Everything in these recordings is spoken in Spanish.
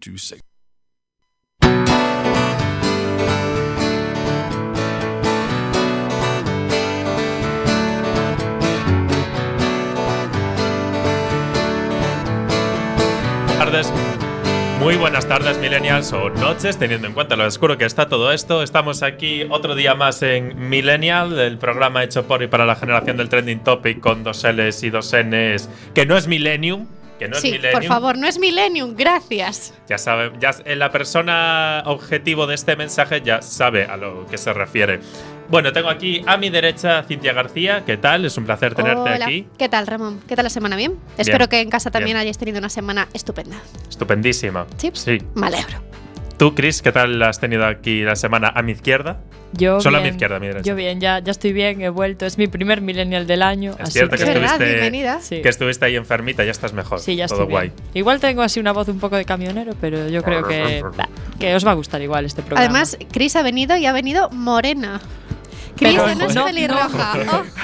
to say. Buenas tardes. Muy buenas tardes, millennials o noches, teniendo en cuenta lo oscuro que está todo esto. Estamos aquí otro día más en Millennial, el programa hecho por y para la generación del trending topic con dos L's y dos N's, que no es Millennium. Que no es Sí, Millennium. por favor, no es Millennium, gracias. Ya sabe, ya s- eh, la persona objetivo de este mensaje ya sabe a lo que se refiere. Bueno, tengo aquí a mi derecha a Cintia García. ¿Qué tal? Es un placer tenerte Hola. aquí. ¿Qué tal, Ramón? ¿Qué tal la semana? ¿Bien? Espero que en casa también bien. hayáis tenido una semana estupenda. Estupendísima. ¿Sí? Sí. Me alegro. Tú, Chris, ¿qué tal has tenido aquí la semana a mi izquierda? Yo Solo a mi bien, izquierda, a mi derecha. Yo bien, ya, ya estoy bien, he vuelto. Es mi primer millennial del año. Es así cierto Es que que- verdad, estuviste- bienvenida. Sí. Que estuviste ahí enfermita, ya estás mejor. Sí, ya Todo estoy guay. bien. Igual tengo así una voz un poco de camionero, pero yo creo que, bah, que os va a gustar igual este programa. Además, Chris ha venido y ha venido morena. Chris Pero ya no es no, pelirroja,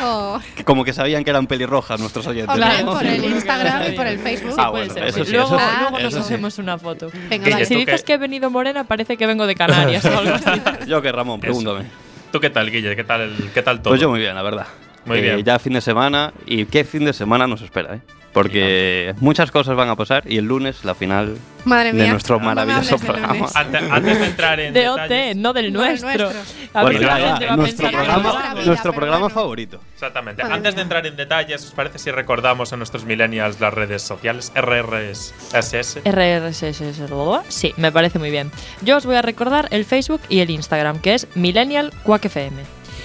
ojo. Como que sabían que eran pelirrojas nuestros oyentes. Hombre, Claro. por el Instagram y por el Sí, Facebook. pues, eh, Ah, puede bueno, ser. eso sí, luego eso sí, luego eso nos sí. hacemos una foto. Venga, ¿Y vale. Si tú dices qué? que he venido morena, parece que vengo de Canarias o algo así. Yo que Ramón, pregúntame. ¿Tú qué tal, Guille? ¿Qué tal, el- qué tal todo? Pues yo muy bien, la verdad. Eh, Muy bien. Ya fin de semana. ¿Y qué fin de semana nos espera? eh? Porque muchas cosas van a pasar y el lunes la final Madre mía. de nuestro no me maravilloso hables de lunes. programa. Ante- antes, de entrar en De detalles- OT, no del No del nuestro. nuestro. A mí Bueno, la ya, ya, gente va a nuestro pensar que programa, lo hago. vida, nuestro pero programa bueno. favorito. Exactamente. Madre Antes de mía. entrar en detalles, ¿os parece si recordamos a nuestros millennials las redes sociales? RRSS. Eh. RRSS. Sí, me parece muy bien. Yo os voy a recordar el Facebook y el Instagram, que es Millennial Quack FM.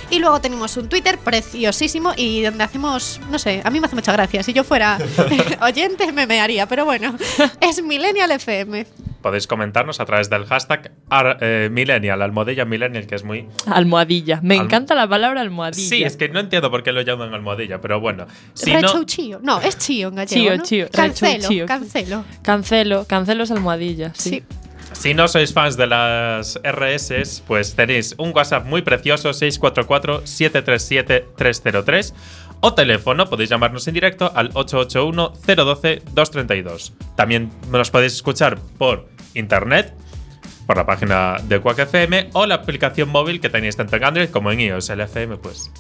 Y luego tenemos un Twitter preciosísimo y donde hacemos, no sé, a mí me hace mucha gracia. Si yo fuera oyente me mearía, pero bueno, es Millennial FM. Podéis comentarnos a través del hashtag ar- eh, Millennial, almohadilla Millennial, que es muy. Almohadilla. Me Alm- encanta la palabra almohadilla. Sí, es que no entiendo por qué lo llaman almohadilla, pero bueno. Si no, Rechouchío. No, es chío en gallego, Chío, ¿no? chío, Cancelo, rechouchío. cancelo. Cancelo, cancelo es almohadilla. Sí. Sí. si no sois fans de las RS, pues tenéis un WhatsApp muy precioso: 644-737-303. O teléfono, podéis llamarnos en directo al 881-012-232. También nos podéis escuchar por internet, por la página de Quack FM o la aplicación móvil que tenéis tanto en Android como en iOS. El FM, pues.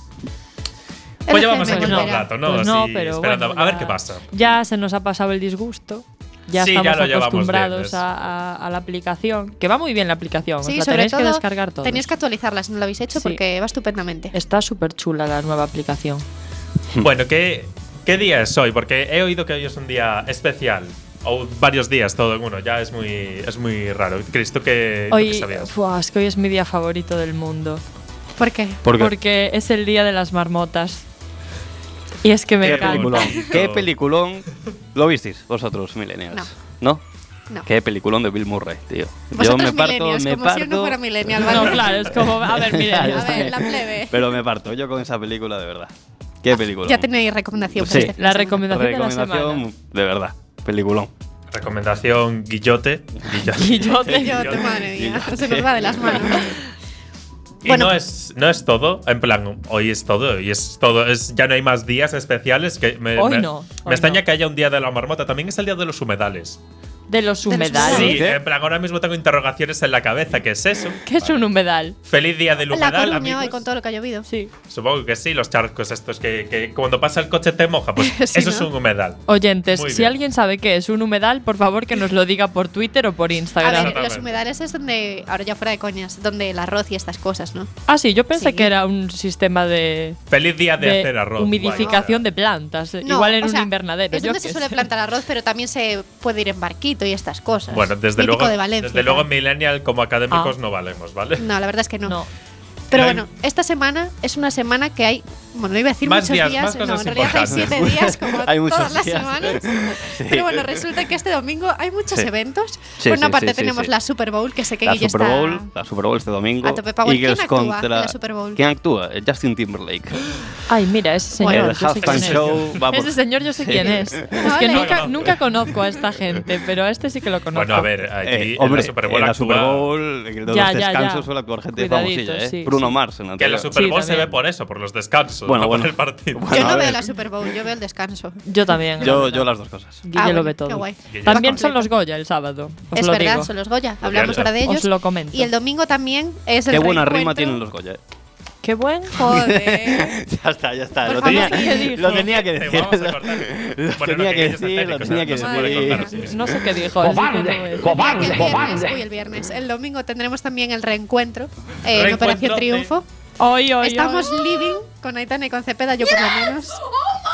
Pues ya vamos FM aquí no, un volverá. rato, ¿no? Pues Así, esperando a- a ver qué pasa. Ya se nos ha pasado el disgusto. Ya Sí, ya estamos lo llevamos acostumbrados bien, es- a, a- a la aplicación, que va muy bien la aplicación. Sí, os la sobre tenéis todo que descargar todo. tenéis que actualizarla si no lo habéis hecho Sí. porque va estupendamente. Está súper chula la nueva aplicación. Bueno, ¿qué, ¿qué día es hoy? Porque he oído que hoy es un día especial. O varios días todo en uno. Ya es muy, es muy raro. Chris, ¿tú qué, tú qué Hoy, sabías? Fua, es que hoy es mi día favorito del mundo. ¿Por qué? ¿Por qué? Porque es el día de las marmotas. Y es que me Qué encanta. película. peliculón. ¿Qué peliculón lo visteis vosotros, millennials? No. No. Qué peliculón de Bill Murray, tío. Yo Vosotros me parto, millennials, me como si yo no parto. fuera millennial, No, ¿vale? claro, es como, a ver, mira, Ya A ver, está. la plebe. Ah, Pero me parto yo con esa película de verdad. Qué película. Ya tenéis recomendación para Sí. este fin de La semana. recomendación de la semana. recomendación de verdad. Peliculón. Recomendación Guillote. Guillote. Guillote. Yo te madre mía, se nos va de las manos. Y Bueno. no, es, no es todo, en plan, hoy es todo, hoy es todo, es, ya no hay más días especiales que me, Hoy me- no, hoy me extraña no. que haya un día de la marmota, también es el día de los humedales. De los humedales. Sí, ¿Qué? en plan, ahora mismo tengo interrogaciones en la cabeza, ¿qué es eso? ¿Qué es un humedal? Feliz día del La humedal, Coruña hoy amigos. con todo lo que ha llovido. Sí. Supongo que sí, los charcos estos que, que cuando pasa el coche te moja, pues Sí, eso ¿no? es un humedal. Oyentes, Muy si bien. alguien sabe qué es un humedal, por favor que nos lo diga por Twitter o por A Instagram. ver, los Exactamente. humedales es donde, ahora ya fuera de coñas, donde el arroz y estas cosas, ¿no? ah, sí, yo pensé Sí. que era un sistema de, Feliz día de, de hacer arroz. humidificación guay. de plantas, No, igual en o un sea, invernadero. Es yo donde qué se suele sé. plantar arroz, pero también se puede ir en barquito y estas cosas. Bueno, desde Típico luego, de Valencia. desde luego ¿no? millennial como académicos Ah. no valemos, ¿vale? No, la verdad es que no. No. Pero No hay- bueno, esta semana es una semana que hay. Bueno, iba a decir Más muchos días, días. más no, cosas en realidad hay importantes. siete días, como Hay muchos todas las días. semanas. Sí. Pero bueno, resulta que este domingo hay muchos Sí. eventos. Sí, Por una sí, parte sí, sí, tenemos sí. la Super Bowl, que sé que la Guille Super está- Bowl, la Super Bowl este domingo. A tope, Power. Eagles ¿Quién actúa contra en la Super Bowl? ¿Quién actúa? Eh, Justin Timberlake. Ay, mira, ese señor. Bueno, el yo sé halftime quién es. show, vamos. Ese señor yo sé quién es. Es que Ole. nunca, nunca conozco a esta gente, pero a este sí que lo conozco. Bueno, a ver, Eh, allí hombre, en la Super Bowl en la actúa- Super Bowl, en los Ya, ya, descansos ya. suele actuar gente Cuidadito, famosilla, ¿eh? sí, Bruno sí. Mars en Que en la anterior. Super Sí, Bowl se también. ve por eso, por los descansos. descanso. Bueno, no bueno. para el partido. Bueno, yo a no veo ver. la Super Bowl, yo veo el descanso. Yo también. Yo, yo las dos cosas. Guille Ah, lo bueno, ve qué todo. guay. Guille También Va son completo. los Goya el sábado. Os es lo verdad, digo. son los Goya. Hablamos ahora de Os ellos. lo comento. Y el domingo también es el Qué buena rima reencuentro. tienen los Goya. eh. Qué buen. Joder. ya está, ya está. Pues Por Lo tenía, favor, Guille, lo dijo. tenía que Te decir. Eh, vamos a cortar. Bueno, Lo no, tenía que ellos decir, están lo técnicos, tenía no que se decir. puede cortar, sí, sí. No sé qué dijo. así que no ¡Cobarde! es. el ¡Cobarde! viernes, ¡Cobarde! uy, el viernes. El domingo tendremos también el reencuentro eh, en Reencuentro Operación de- Triunfo. Oy, oy, oy. Estamos living con Aitana y con Cepeda, yo por lo menos. Oh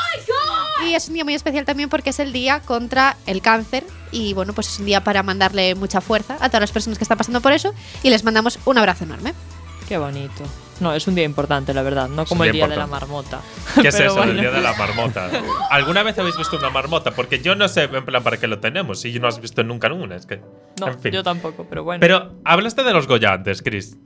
Y es un día muy especial también porque es el día contra el cáncer. Y bueno, pues es un día para mandarle mucha fuerza a todas las personas que están pasando por eso. Y les mandamos un abrazo enorme. Qué bonito. No, es un día importante, la verdad. No un como el día día de la importante. marmota. ¿Qué es Pero eso del bueno. día de la marmota? ¿Alguna vez habéis visto una marmota? Porque yo no sé, en plan, ¿para qué lo tenemos? Si no has visto nunca una, es que. No, en fin. yo tampoco, pero bueno. Pero hablaste de los Goya antes, Chris.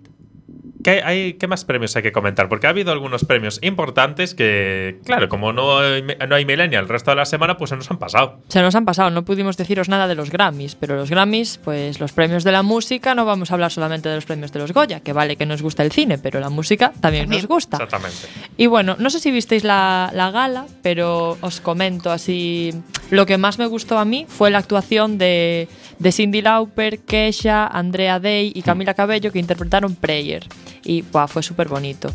¿Qué, hay, ¿Qué más premios hay que comentar? Porque ha habido algunos premios importantes que, claro, como no hay, no hay Millennial el resto de la semana, pues se nos han pasado. Se nos han pasado, no pudimos deciros nada de los Grammys, pero los Grammys, pues los premios de la música, no vamos a hablar solamente de los premios de los Goya, que vale que nos gusta el cine, pero la música también También. nos gusta. Exactamente. Y bueno, no sé si visteis la, la gala, pero os comento así. Lo que más me gustó a mí fue la actuación de, de Cindy Lauper, Kesha, Andrea Day y Camila Cabello, que interpretaron Prayer. Y buah, fue súper bonito.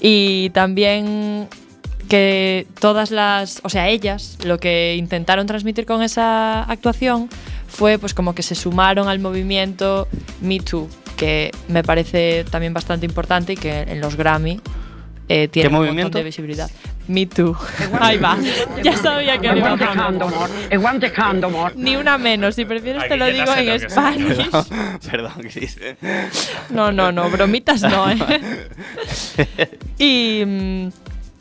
Y también que todas las, o sea, ellas lo que intentaron transmitir con esa actuación fue pues como que se sumaron al movimiento Me Too, que me parece también bastante importante y que en los Grammy eh, tiene un montón movimiento? de visibilidad. Me Too. Ahí va. Ya sabía que lo iba a Aguante pronunciar. Candomor, aguante Candomor. Ni una menos, si prefieres te lo Aquí ya digo sé en lo que es. Spanish. Perdón, Cris. No, no, no, bromitas no, ¿eh? Y mm,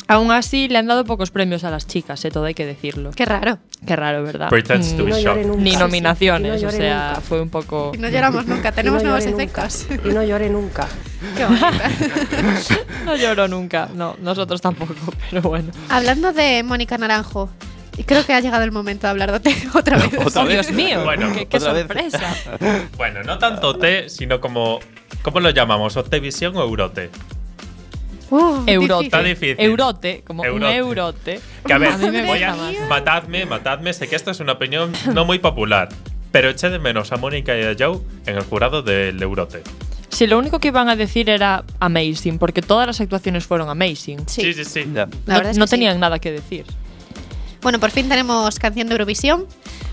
aún así le han dado pocos premios a las chicas, ¿eh? todo hay que decirlo. Qué raro. Qué raro, ¿verdad? Pretends Mm, to be No llore shocked. nunca. Ni Sí, nominaciones, sí. Y no o llore sea, nunca. fue un poco... Y no lloramos nunca, Y no tenemos nuevos llore nunca. efectos. Y no llore nunca. Qué bonita. No lloró nunca, no, nosotros tampoco, pero bueno. Hablando de Mónica Naranjo, y creo que ha llegado el momento de hablar de Ote otra vez. Otra ¡Oh, vez. Dios mío! Bueno, ¡Qué, qué otra vez. sorpresa! Bueno, no tanto T, sino como. ¿Cómo lo llamamos? ¿Otevisión o Eurote? Uh, Eurote. Está difícil. difícil. Eurote, como un Eurote. eurote. Que a ver, mí me voy a- gusta más. matadme, matadme. Sé que esto es una opinión no muy popular, pero eché de menos a Mónica y a Joe en el jurado del Eurote. Si lo único que iban a decir era amazing, porque todas las actuaciones fueron amazing. Sí. sí, sí. sí. Ya. La no verdad es no que sí. tenían nada que decir. Bueno, por fin tenemos canción de Eurovisión.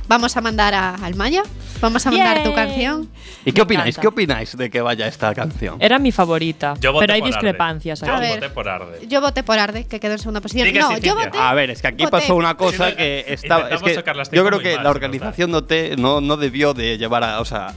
Vamos a mandar a, al Maya. Vamos a mandar Yay. tu canción. ¿Y Me qué opináis? encanta. ¿Qué opináis de que vaya esta canción? Era mi favorita, Yo voté pero hay por Arde. discrepancias ¿eh? Yo A aquí. ver. voté por Arde. Yo voté por Arde, que quedó en segunda posición. Di que no, sí, yo Cintia. voté. A ver, es que aquí Voté. pasó una cosa Sí, no, que eh, estaba. Es intentamos que sacar las yo cinco creo muy que mal, la se organización de OT no, no debió de llevar a. O sea,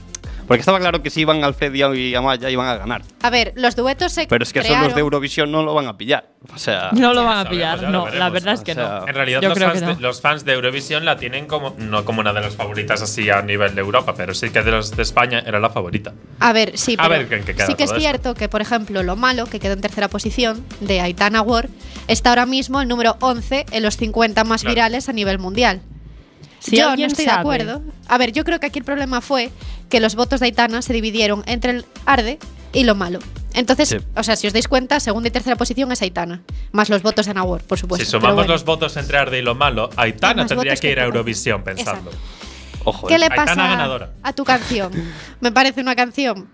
porque estaba claro que si iban Alfred y Amaya iban a ganar. A ver, los duetos se Pero es que crearon. son los de Eurovisión no lo van a pillar. O sea. No lo Ya van a lo pillar, veremos, ya lo no, la veremos. verdad es que O sea, no. En realidad, Yo los creo que fans, de, no. los fans de Eurovisión la tienen como. No como una de las favoritas así a nivel de Europa, pero sí que de los de España era la favorita. A ver, sí, A pero ver en qué queda sí que es todo esto. cierto que, por ejemplo, Lo Malo, que quedó en tercera posición, de Aitana Ward, está ahora mismo el número 11 en los 50 más Claro. virales a nivel mundial. Si yo no alguien estoy sabe- de acuerdo. A ver, yo creo que aquí el problema fue que los votos de Aitana se dividieron entre el arde y lo malo. Entonces, Sí. o sea, si os dais cuenta, segunda y tercera posición es Aitana, más los votos de Ana Ward, por supuesto. si pero sumamos bueno. los votos entre Arde y lo malo, Aitana Hay más tendría votos que ir que a votos. Eurovisión pensando. Ojo, ¿Qué eh. le Aitana pasa ganadora. a tu canción? Me parece una canción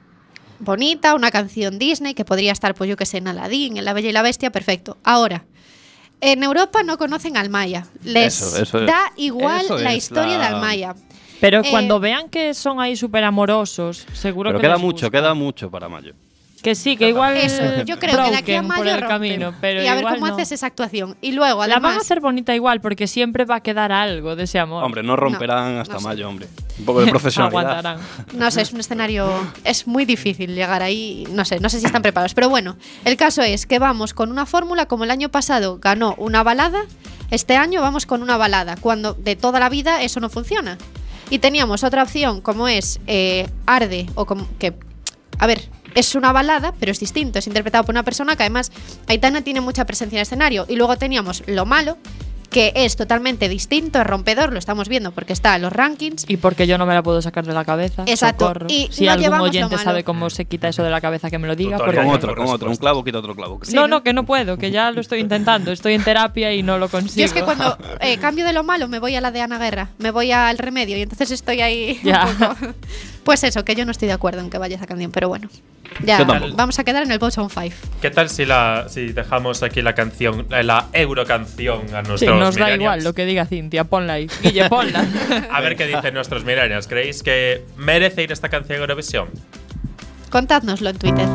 bonita, una canción Disney que podría estar, pues yo que sé, en Aladdin, en La Bella y la Bestia, perfecto. Ahora, en Europa no conocen a Almaya. Les Eso, eso es. da igual Eso la es historia la- de Almaya. Pero Eh, cuando vean que son ahí súper amorosos, seguro Pero que queda les mucho, gusta. queda mucho para Mayo. Que sí, que igual Eso, yo creo que de aquí a broken mayo por el rompen. camino, pero y a ver igual cómo no. haces esa actuación. Y luego, La van a además, hacer bonita igual porque siempre va a quedar algo de ese amor. Hombre, no romperán no hasta sé. Mayo, hombre. Un poco de profesionalidad. aguantarán. no sé, es un escenario, es muy difícil llegar ahí, no sé, no sé si están preparados. Pero bueno, el caso es que vamos con una fórmula como el año pasado ganó una balada, este año vamos con una balada, cuando de toda la vida eso no funciona. Y teníamos otra opción como es eh, Arde o como que, a ver, es una balada, pero es distinto, es interpretado por una persona que además Aitana tiene mucha presencia en el escenario. Y luego teníamos Lo Malo, que es totalmente distinto, es rompedor, lo estamos viendo porque está en los rankings. Y porque yo no me la puedo sacar de la cabeza. Exacto. socorro. Y si no algún llevamos lo oyente malo. sabe cómo se quita eso de la cabeza, que me lo diga. Tutorial. Con porque- Por otro, con otro. Un respuesta. clavo quita otro clavo. creo. Sí, no, ¿no? no, que no puedo, que ya lo estoy intentando. Estoy en terapia y no lo consigo. Yo es que cuando eh, cambio de lo malo me voy a la de Ana Guerra, me voy al remedio y entonces estoy ahí. un Ya. poco. Pues eso, que yo no estoy de acuerdo en que vaya esa canción, pero bueno. Ya, Yo tampoco. vamos a quedar en el bottom 5. ¿Qué tal si, la, si dejamos aquí la canción, la- la eurocanción a nuestros Sí, nos da millennials? igual lo que diga Cintia, ponla ahí. Guille, ponla. A ver qué dicen nuestros millennials. ¿Creéis que merece ir esta canción a Eurovisión? Contádnoslo en Twitter.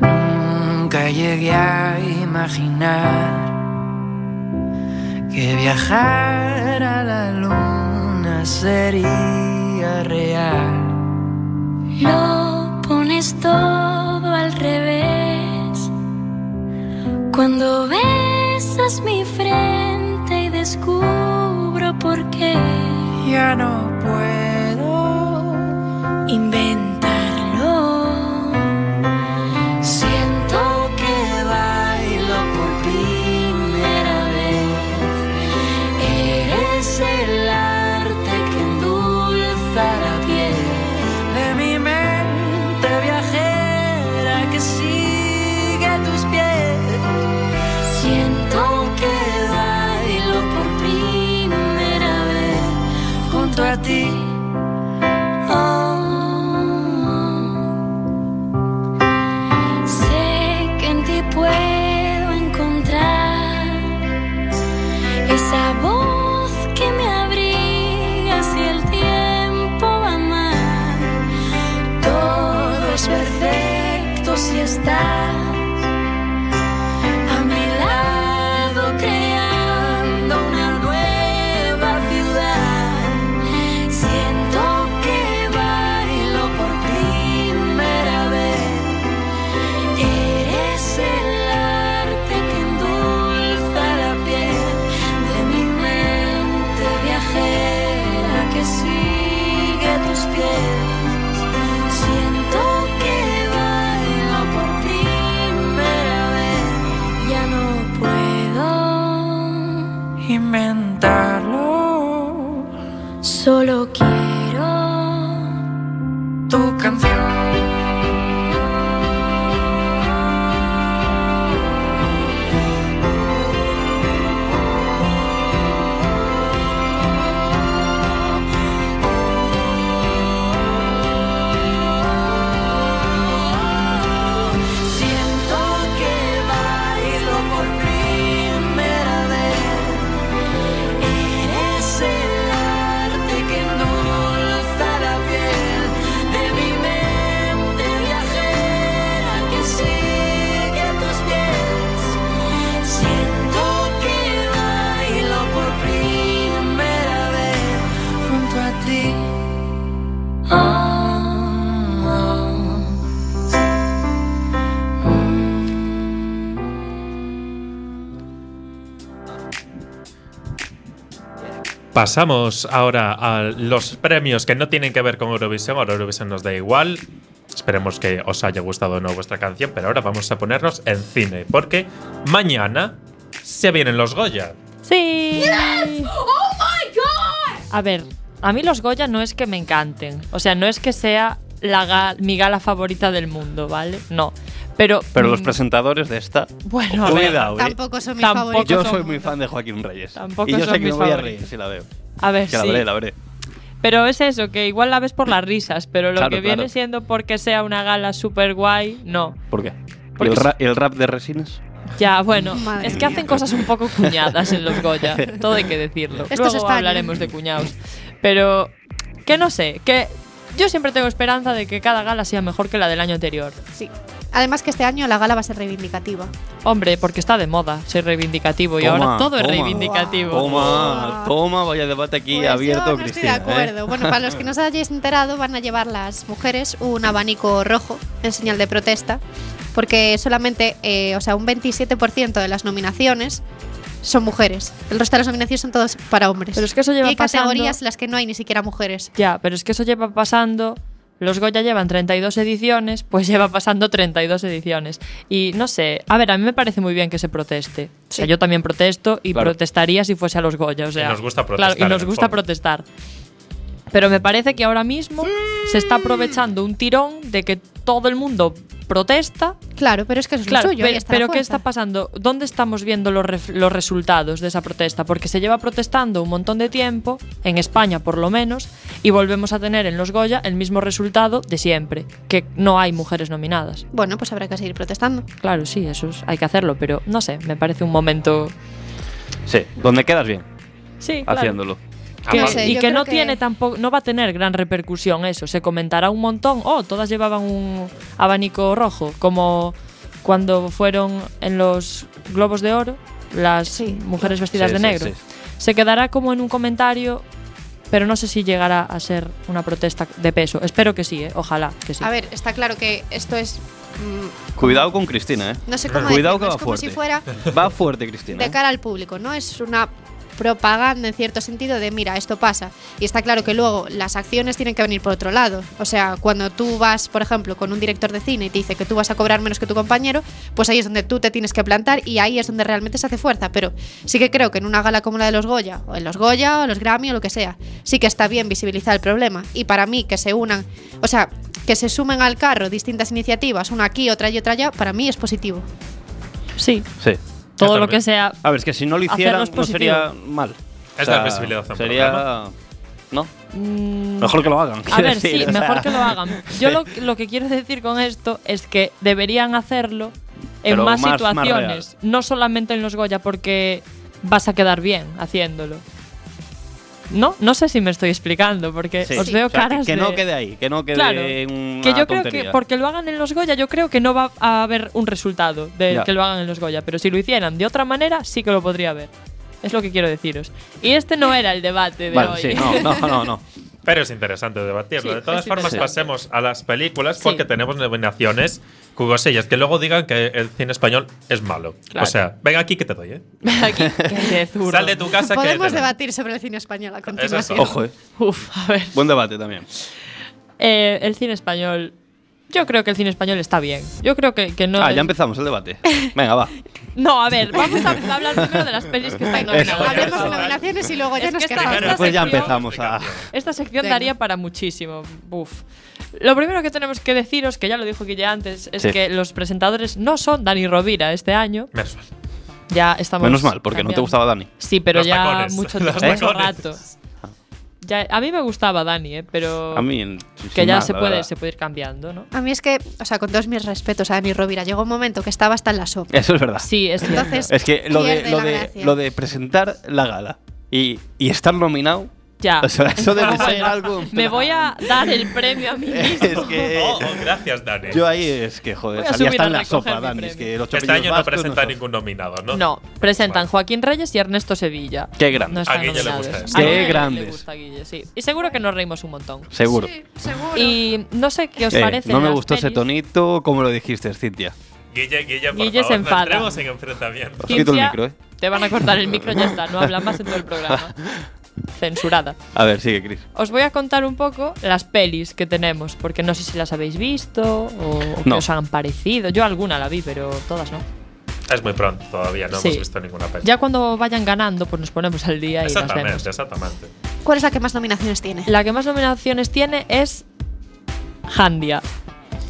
Nunca llegué a imaginar que viajar a la luna sería real. Lo pones todo al revés. Cuando besas mi frente y descubro por qué. Ya no puedo. Inventarlo. Siento que bailo por primera vez. Eres el arte que endulza la piel. De mi mente viajera que sigue a tus pies. Siento que bailo por primera vez junto a ti. Oh. Sé que en ti puedo encontrar esa voz que me abriga si el tiempo va mal. Todo es perfecto si estás a mi lado creando una nueva ciudad. Siento que bailo por primera vez. Eres el arte que endulza la piel de mi mente viajera que sigue a tus pies. Siento que bailo por primera vez. Ya no puedo. Inventarlo. Solo quiero Tu canción. Siento que bailo por primera vez Eres el arte que endulza la piel De mi mente viajera que sigue a tus pies Siento que bailo por primera vez Junto a ti Oh, oh. Pasamos ahora a los premios que no tienen que ver con Eurovisión. Ahora Eurovisión nos da igual. Esperemos que os haya gustado o no vuestra canción, pero ahora vamos a ponernos en cine, porque mañana se vienen los Goya. ¡Sí! A ver, a mí los Goya no es que me encanten. O sea, no es que sea la ga- mi gala favorita del mundo, ¿vale? No. Pero. Pero los mm, presentadores de esta. Bueno, a ver, cuidado, eh. Tampoco son mis Tampoco favoritos. Yo son- soy muy fan de Joaquín Reyes. Tampoco y yo son sé que mis me voy a favoritos. reír si la veo. A ver, Que la sí. veré, la veré. Pero es eso, que igual la ves por las risas, pero lo Claro, que viene claro. siendo porque sea una gala super guay, no. ¿Por qué? ¿Y Porque el, es- ra- el rap de Resines? Ya, bueno, Madre es que hacen cosas un poco cuñadas en los Goya, todo hay que decirlo. Esto es Luego España. hablaremos de cuñados. Pero, que no sé, que yo siempre tengo esperanza de que cada gala sea mejor que la del año anterior. Sí. Además que este año la gala va a ser reivindicativa. Hombre, porque está de moda ser reivindicativo y Toma, ahora todo es toma. reivindicativo. Toma, toma, vaya debate aquí Pues abierto, yo no Cristina. Estoy de ¿eh? acuerdo. Bueno, para los que no os hayáis enterado, van a llevar las mujeres un abanico rojo en señal de protesta, porque solamente, eh, o sea, un 27% de las nominaciones son mujeres. El resto de las nominaciones son todas para hombres. Pero es que eso Y lleva hay pasando- Pues categorías en las que no hay ni siquiera mujeres. Ya, pero es que eso lleva pasando Los Goya llevan 32 ediciones, pues lleva pasando 32 ediciones. Y no sé, a ver, a mí me parece muy bien que se proteste. O sea, Sí. yo también protesto y Claro. protestaría si fuese a los Goya. O sea, nos gusta claro, protestar, y nos en el gusta fondo. protestar. Pero me parece que ahora mismo se está aprovechando un tirón de que todo el mundo protesta Claro, pero es que eso es Claro, lo suyo. pe- Pues ahí pero, está la ¿qué fuerza. está pasando? ¿Dónde estamos viendo los, ref- los resultados de esa protesta? Porque se lleva protestando un montón de tiempo, en España por lo menos, y volvemos a tener en los Goya el mismo resultado de siempre, que no hay mujeres nominadas. Bueno, pues habrá que seguir protestando. Claro, sí, eso es- hay que hacerlo, pero no sé, me parece un momento... Sí, donde quedas bien, Sí, claro. haciéndolo. Que- Aparte- No sé, y yo que creo no que- tiene tampoco no va a tener gran repercusión eso se comentará un montón oh todas llevaban un abanico rojo como cuando fueron en los globos de oro las Sí. mujeres vestidas Sí, de sí, negro sí. se quedará como en un comentario pero no sé si llegará a ser una protesta de peso espero que sí ¿eh? ojalá que sí A ver, está claro que esto es. mm, Cuidado con Cristina, ¿eh? no sé cómo decirlo, Cuidado que va es como fuerte. si fuera Va fuerte, Cristina. de ¿eh? cara al público, ¿no? Es una propaganda en cierto sentido de mira, esto pasa. Y está claro que luego las acciones tienen que venir por otro lado. O sea, cuando tú vas, por ejemplo, con un director de cine y te dice que tú vas a cobrar menos que tu compañero, pues ahí es donde tú te tienes que plantar y ahí es donde realmente se hace fuerza. Pero sí que creo que en una gala como la de los Goya, o en los Goya, o los Grammy, o lo que sea, sí que está bien visibilizar el problema. Y para mí que se unan, o sea, que se sumen al carro distintas iniciativas, una aquí, otra y otra allá, para mí es positivo. sí Sí. todo Yo lo que también. sea A ver, es que si no lo Hacernos hicieran no positivo. sería mal. Es dar visibilidad a un Sería... No, mm, mejor que lo hagan. A quiero ver, sí, decir, o sea. mejor que lo hagan. Yo lo, lo que quiero decir con esto es que deberían hacerlo en Pero más, más- más situaciones, no solamente en los Goya, porque vas a quedar bien haciéndolo. No, no sé si me estoy explicando, porque Sí. os Sí. veo O sea, que- caras que, de- no quede ahí, que no quede Claro, una que yo creo que tontería. porque lo hagan en los Goya, yo creo que no va a haber un resultado de Ya. que lo hagan en los Goya, pero si lo hicieran de otra manera, sí que lo podría haber. Es lo que quiero deciros. Y este no era el debate de Vale, hoy. sí, no, no, no, no. Pero es interesante debatirlo. Sí, de todas es formas, interesante. pasemos a las películas Sí. porque tenemos nominaciones cugosillas. Que luego digan que el cine español es malo. O Claro. sea, venga aquí que te doy, ¿eh? Aquí, qué zurdo. Sal de tu casa que. Podemos te doy. debatir sobre el cine español a continuación. Sí. Ojo, eh. Uf, a ver. Buen debate también. Eh, el cine español. Yo creo que el cine español está bien. Yo creo que, que no. Ah, ya empezamos el debate. Venga, va. No, a ver, vamos a hablar primero de las pelis que están nominadas. Hablemos de nominaciones y luego ya Es nos que quejamos. Esta Pues ya sección- empezamos a. Esta sección Venga. daría para muchísimo. Uf. Lo primero que tenemos que deciros, que ya lo dijo Guille antes, es Sí. que los presentadores no son Dani Rovira este año. Menos mal. Ya estamos. Menos mal, porque no te cambiando. gustaba Dani. Sí, pero Los ya tacones. mucho, Los mucho tacones. rato. Ya, a mí me gustaba Dani, eh, pero. A mí. en- que sin ya más, se la puede, verdad. se puede ir cambiando, ¿no? A mí es que, o sea, con todos mis respetos a Dani Rovira, llegó un momento que estaba hasta en la sopa. Eso es verdad. Sí, es cierto. Entonces, Es que lo de, pierde lo, la de, gracia. lo de presentar la gala y, y estar nominado. Ya. O sea, eso debe Bueno, ser algo. Ah. Me voy a dar el premio a mí Es mismo. que. Oh, oh, gracias, Dani. Eh, Yo ahí es que, joder, Voy a salía subir hasta a en la recoger sopa, mi Dani. premio. Es que los este año apellidos no vascos presenta son- ningún nominado, ¿no? No, presentan Vale. Joaquín Reyes y Ernesto Sevilla. Qué grande. No A están Guille le nominados. gusta eso. A Qué Guille le grandes. gusta, Guille, sí. Y seguro que nos reímos un montón. Seguro. Sí, seguro. Y no sé qué os Eh, parece. no me las gustó ese pelis. tonito, como lo dijiste, Cintia. Guille, Guille, por Guille se favor, no enfada. entremos en enfrentamiento. Os quito el Cintia, micro, eh. Te van a cortar el micro y ya está. No habla más en todo el programa. Censurada. A ver, sigue, Chris. Os voy a contar un poco las pelis que tenemos, porque no sé si las habéis visto o, o qué No. os han parecido. Yo alguna la vi, pero todas no. Es muy pronto todavía, no Sí. hemos visto ninguna peli. Ya cuando vayan ganando, pues nos ponemos al día y las vemos. exactamente, exactamente. ¿Cuál es la que más nominaciones tiene? La que más nominaciones tiene es Handia.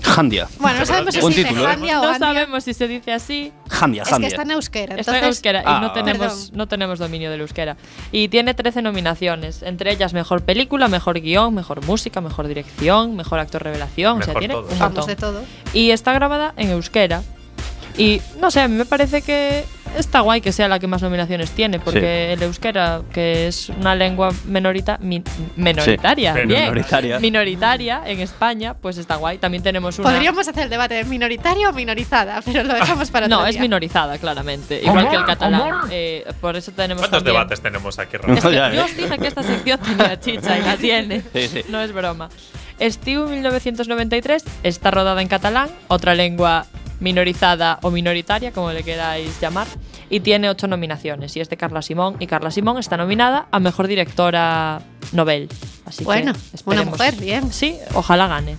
Handia. Bueno, no sabemos si Buen dice título, ¿eh? Handia o No Handia. sabemos si se dice así. Handia, Es que Handia. está en euskera, Está en entonces euskera y no Ah. tenemos, Perdón. no tenemos dominio del euskera. Y tiene 13 nominaciones, entre ellas mejor película, mejor guión, mejor música, mejor dirección, mejor actor revelación. o sea, Mejor tiene todo. un vamos de montón. todo. Y está grabada en euskera. Y no sé, a mí me parece que está guay que sea la que más nominaciones tiene, porque el euskera, que es una lengua minorita, min- minoritaria, Pero bien, minoritaria. minoritaria en España, pues está guay. También tenemos una. Podríamos hacer el debate de minoritaria o minorizada, pero Ah, lo dejamos para otro no, es día. minorizada, claramente. Igual que el catalán. Amor. Eh, por eso tenemos. ¿Cuántos también- debates tenemos aquí, No, Es que Rafa? ya, yo eh. os dije que esta sección tenía chicha y la tiene. Sí, sí. No es broma. Steve 1993 está rodada en catalán, otra lengua minorizada o minoritaria, como le queráis llamar, y tiene ocho nominaciones. Y es de Carla Simón. Y Carla Simón está nominada a Mejor Directora Nobel. Así Bueno, que una esperemos. mujer, bien. Sí, ojalá gane.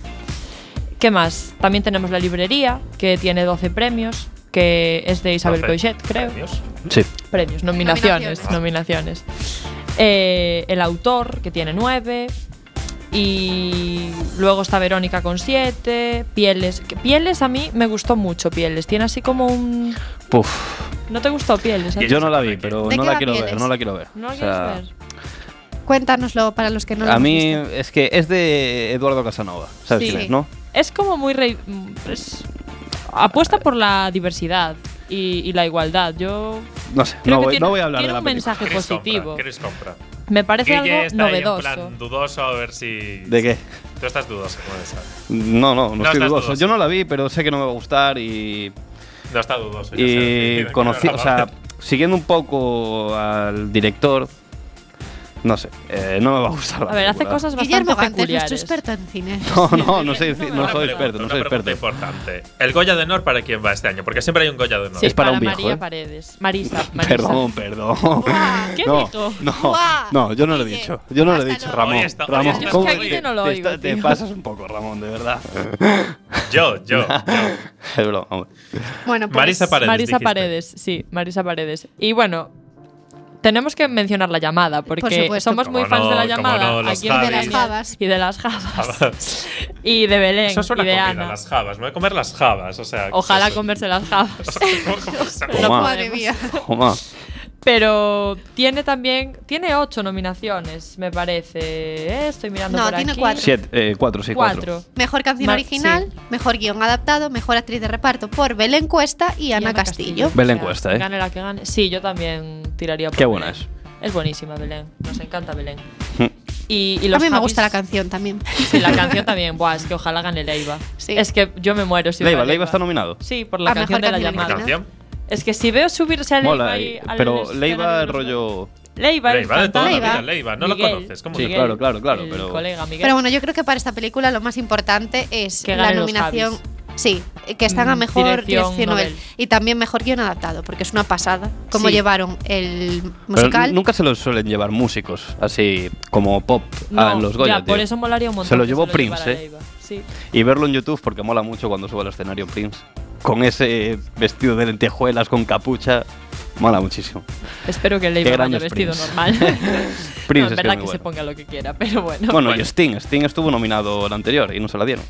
¿Qué más? También tenemos la librería, que tiene 12 premios, que es de Isabel Profe, Coixet, creo. premios. Sí. Premios, nominaciones. Nominaciones. Eh, el autor, que tiene 9. Y luego está Verónica con 7. Pieles. que Pieles a mí me gustó mucho, Pieles. Tiene así como un... Puf. ¿No te gustó Pieles? eh? Yo no la vi, pero ¿De no qué va la quiero Pieles? ver, no la quiero ver. ¿No la O sea, quieres ver? Cuéntanoslo para los que no lo A hemos mí visto. es que es de Eduardo Casanova, ¿sabes Sí. quién es, no? Es como muy... rei- mm, es- apuesta por la diversidad y, y la igualdad. Yo... No sé, creo no que voy, tiene, no voy a hablar tiene de la un película. mensaje Chris positivo. Compra, Chris compra. Me parece Guille algo está ahí novedoso. en plan dudoso a ver si. ¿De qué? Tú estás dudoso, como de saber. No, no, No no, estoy estás dudoso. dudoso. Yo no la vi, pero sé que no me va a gustar y, No está dudoso. ya sé. y Mira, conocí, quiero o sea, grabar. siguiendo un poco al director, no sé, eh, no me va a gustar. la A ver, hace película. cosas bastante Guillermo Gante es peculiares. nuestro experto en cine. No, no, no soy, No me no va a soy gustar. experto, no una soy pregunta experto. importante. ¿El Goya de Honor para quién va este año? Porque siempre hay un Goya de Honor. Sí, Es para un viejo, María ¿eh? Paredes. Marisa, Marisa. Perdón, perdón. ¿Qué no, dijo? No, Guau, no, yo no lo he Guille, dicho. Yo no lo he hasta dicho, luego. Ramón. Hoy está- hoy Ramón, está- ¿cómo Es que aquí que yo no lo te, oigo, está- te tío. pasas un poco, Ramón, de verdad. Yo, yo, yo. Es broma, hombre. Bueno, pues Marisa Paredes. Marisa dijiste. Paredes, sí, Marisa Paredes. Y bueno, tenemos que mencionar la llamada, porque supuesto. somos muy Cómo fans de la no, cómo llamada. no, los aquí en Javis. de las babas. Y de las Jabas. jabas. y de Belén. Eso suena y de comida, Ana. las jabas. Me voy a comer las jabas. O sea, Ojalá eso- comerse las jabas. No Toma. madre mía. Toma. Pero tiene también. Tiene ocho nominaciones, me parece. Eh, Estoy mirando No, por tiene aquí. cuatro. Siete, eh, cuatro, sí, cuatro. Cuatro. Mejor canción Mar- original, mejor guión adaptado, mejor actriz de reparto por Belén Cuesta y, Ana, Castillo. Belén O sea, Cuesta, ¿eh? Gane la que gane. Sí, yo también tiraría por Qué Belén. buena es. Es buenísima Belén. Nos encanta Belén. Mm. Y, y los a mí me Javis- gusta la canción también. Sí, la canción también. Buah, es que ojalá gane Leiva. Sí. Es que yo me muero si Leiva, gana Leiva está nominado. Sí, por A la mejor canción de la canción ¿Qué Madre. llamada. canción? Es que si veo subirse a Leiva Mola, ahí eh, al pero escenario Leiva de los- rollo. Leiva, el Leiva de toda la cantante. vida, Leiva. Leiva. No lo Miguel. conoces. ¿Cómo Sí, que- claro, claro, claro, el pero- colega Miguel. Pero bueno, yo creo que para esta película lo más importante es Que la ganen los nominación. Javis. Sí, que están a Mm, mejor dirección dirección Nobel. Nobel. y también mejor guión adaptado, porque es una pasada cómo Sí. llevaron el Pero musical. nunca se los suelen llevar músicos así como pop No, a Ah, los Goya. ya, por tío. eso molaría un montón. Se lo que llevó Prince, llevara ¿eh? Leiva. Sí. Y verlo en YouTube porque mola mucho cuando sube al escenario Prince. Con ese vestido de lentejuelas, con capucha. Mola muchísimo. Espero que Leiva vaya grandes vestido Prince. normal. Prince no, en es que verdad es que muy se bueno. ponga lo que quiera, pero bueno. Bueno, y Sting. Sting estuvo nominado el anterior y no se la dieron.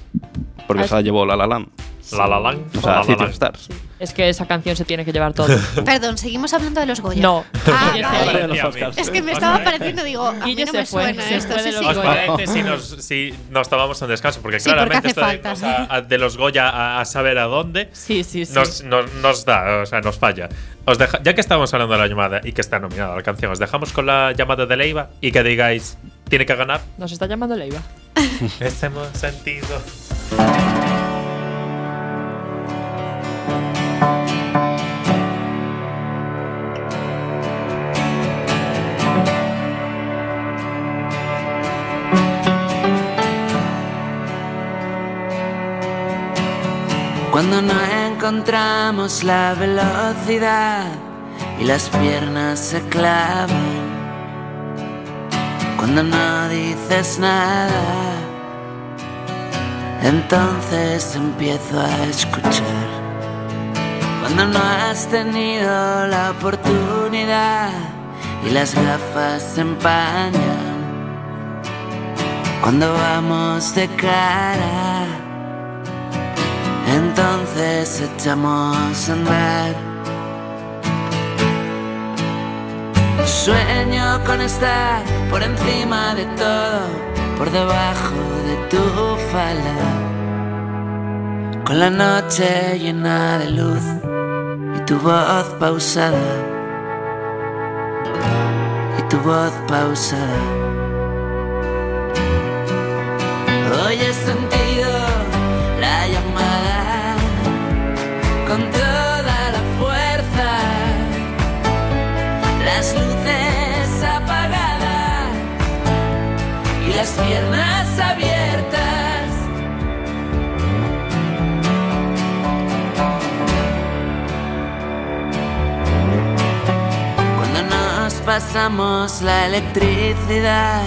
Porque Ah, se la llevó La La Land. La la Land, O sea, la la City Land. Stars. Es que esa canción se tiene que llevar todo. Perdón, seguimos hablando de los Goya. no. Ah, vale. Guille se va. Ahora de los Decía a mí. Oscars. Es que me Os estaba parece- pareciendo, digo, a mí Guille no se me fue, suena se esto, fue de sí, los sí. ¿Os Goya. parece si nos, si nos tomamos un descanso? Porque Sí, porque claramente esto hace de falta. irnos a- a- de los Goya a, a saber a dónde Sí, sí, sí. nos, nos- nos da, o sea, nos falla. Os deja- ya que estamos hablando de la llamada y que está nominada la canción, os dejamos con la llamada de Leiva y que digáis, tiene que ganar. Nos está llamando Leiva. Este hemos sentido. Cuando no encontramos la velocidad y las piernas se clavan. Cuando no dices nada, entonces empiezo a escuchar. Cuando no has tenido la oportunidad y las gafas se empañan. Cuando vamos de cara. Entonces echamos a andar. Sueño con estar por encima de todo, por debajo de tu falda. Con la noche llena de luz y tu voz pausada. Y tu voz pausada. Hoy he sentido la llamada con toda la fuerza, las luces apagadas y las piernas abiertas. Cuando nos pasamos la electricidad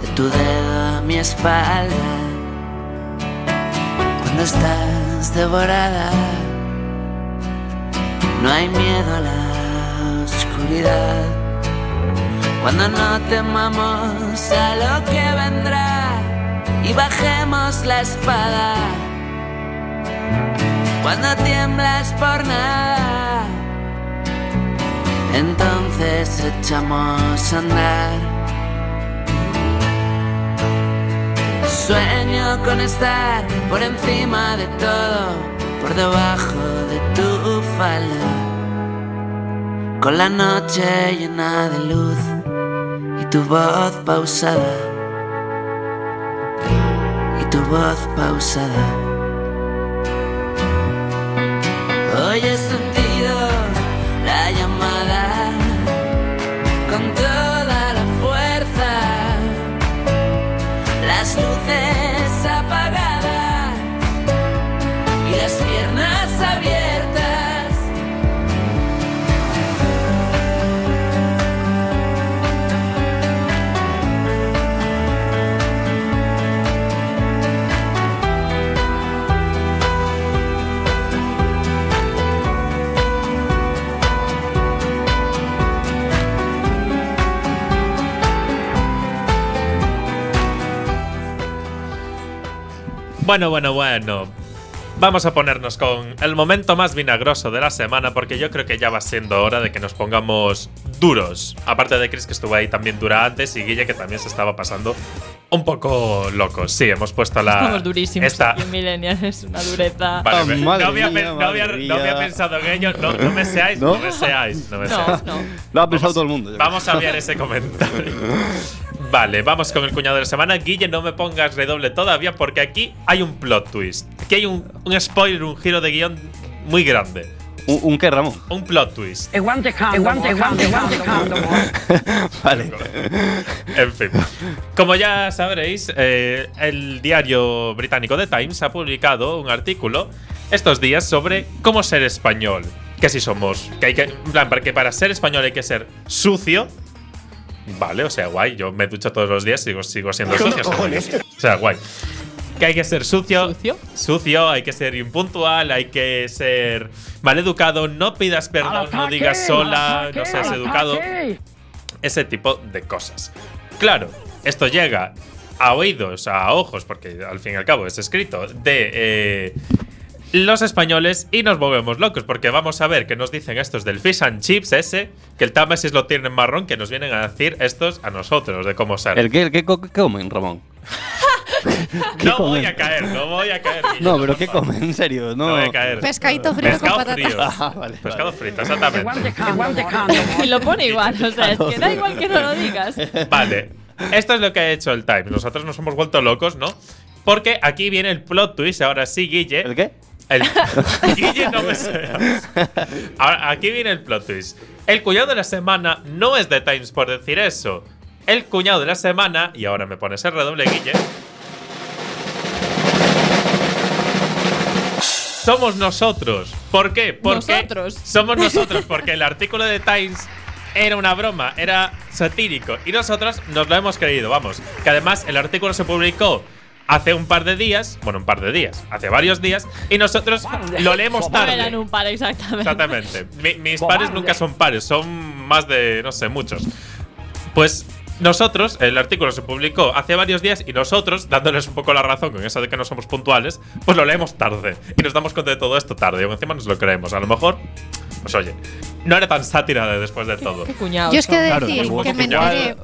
de tu dedo a mi espalda. Cuando estás devorada, no hay miedo a la oscuridad. Cuando no temamos a lo que vendrá y bajemos la espada. Cuando tiemblas por nada, entonces echamos a andar. Sueño con estar por encima de todo, por debajo de tu falda. Con la noche llena de luz y tu voz pausada. Y tu voz pausada. Hoy he sentido la llamada con toda la fuerza las luces apagadas y las piernas abiertas. Bueno, bueno, bueno. Vamos a ponernos con el momento más vinagroso de la semana porque yo creo que ya va siendo hora de que nos pongamos duros. Aparte de Chris que estuvo ahí también dura antes y Guille que también se estaba pasando un poco loco. Sí, hemos puesto la... Estamos durísimos. Ah, esta- aquí en Millennial es una dureza. Vale, Ah, ve- madre no, había, mía, pe- no madre había- no había mía. pensado en ello. No, no me seáis, no, ¿No? me seáis, no me No, seáis. no. Lo ha pensado todo el mundo. yo creo. Vamos a ver ese comentario. Vale, vamos con el cuñado de la semana. Guille, no me pongas redoble todavía porque aquí hay un plot twist. Aquí hay un, un spoiler, un giro de guión muy grande. ¿Un, un qué, Ramón? Un plot twist. E quante cando, e quante, quante, quante cando, amor. vale. En fin. Como ya sabréis, eh, el diario británico The Times ha publicado un artículo estos días sobre cómo ser español. Que si somos. Que hay que. En plan, para que para ser español hay que ser sucio. Vale, o sea, guay. Yo me ducho todos los días sigo, sigo siendo sucio. o sea, guay. O sea, guay. Que hay que ser sucio. ¿Sucio? Sucio, hay que ser impuntual, hay que ser maleducado, no pidas perdón, no digas sola, no seas educado ese tipo de cosas. Claro, esto llega a oídos, a ojos, porque al fin y al cabo es escrito, de eh, los españoles y nos volvemos locos, porque vamos a ver que nos dicen estos del fish and chips ese, que el Támesis lo tienen marrón, que nos vienen a decir estos a nosotros de cómo ser. ¿El qué, el qué, co- qué comen, Ramón? ¿Qué no voy comen? a caer, no voy a caer. Guillermo, No, pero ¿qué por favor. comen? En serio, no. No voy a caer. Pescadito frito Pescado con patatas. frío. Ah, vale, Pescado vale. frito, E quante exactamente. cando, e quante cando, amor. Y lo pone igual, o sea, es que da igual que no lo digas. Vale. Esto es lo que ha hecho el Time. Nosotros nos hemos vuelto locos, ¿no? Porque aquí viene el plot twist. Ahora sí, Guille. ¿El qué? El- Guille, no me seas. Ahora, aquí viene el plot twist. El cuñado de la semana no es de Times por decir eso. El cuñado de la semana, y ahora me pones el redoble, Guille. Somos nosotros. ¿Por qué? Porque Nosotros. Somos nosotros, porque el artículo de Times era una broma, era satírico. Y nosotros nos lo hemos creído, vamos. Que además el artículo se publicó hace un par de días, bueno, un par de días, hace varios días, y nosotros lo leemos No eran tarde. un par exactamente. Exactamente. Mi- mis pares nunca son pares, son más de, no sé, muchos. Pues nosotros, el artículo se publicó hace varios días y nosotros, dándoles un poco la razón con eso de que no somos puntuales, pues lo leemos tarde. Y nos damos cuenta de todo esto tarde. Y encima nos lo creemos. A lo mejor, pues oye, no era tan sátira de después de todo. Qué cuñado. Yo es que Claro, decir tampoco que me que ya- enteré.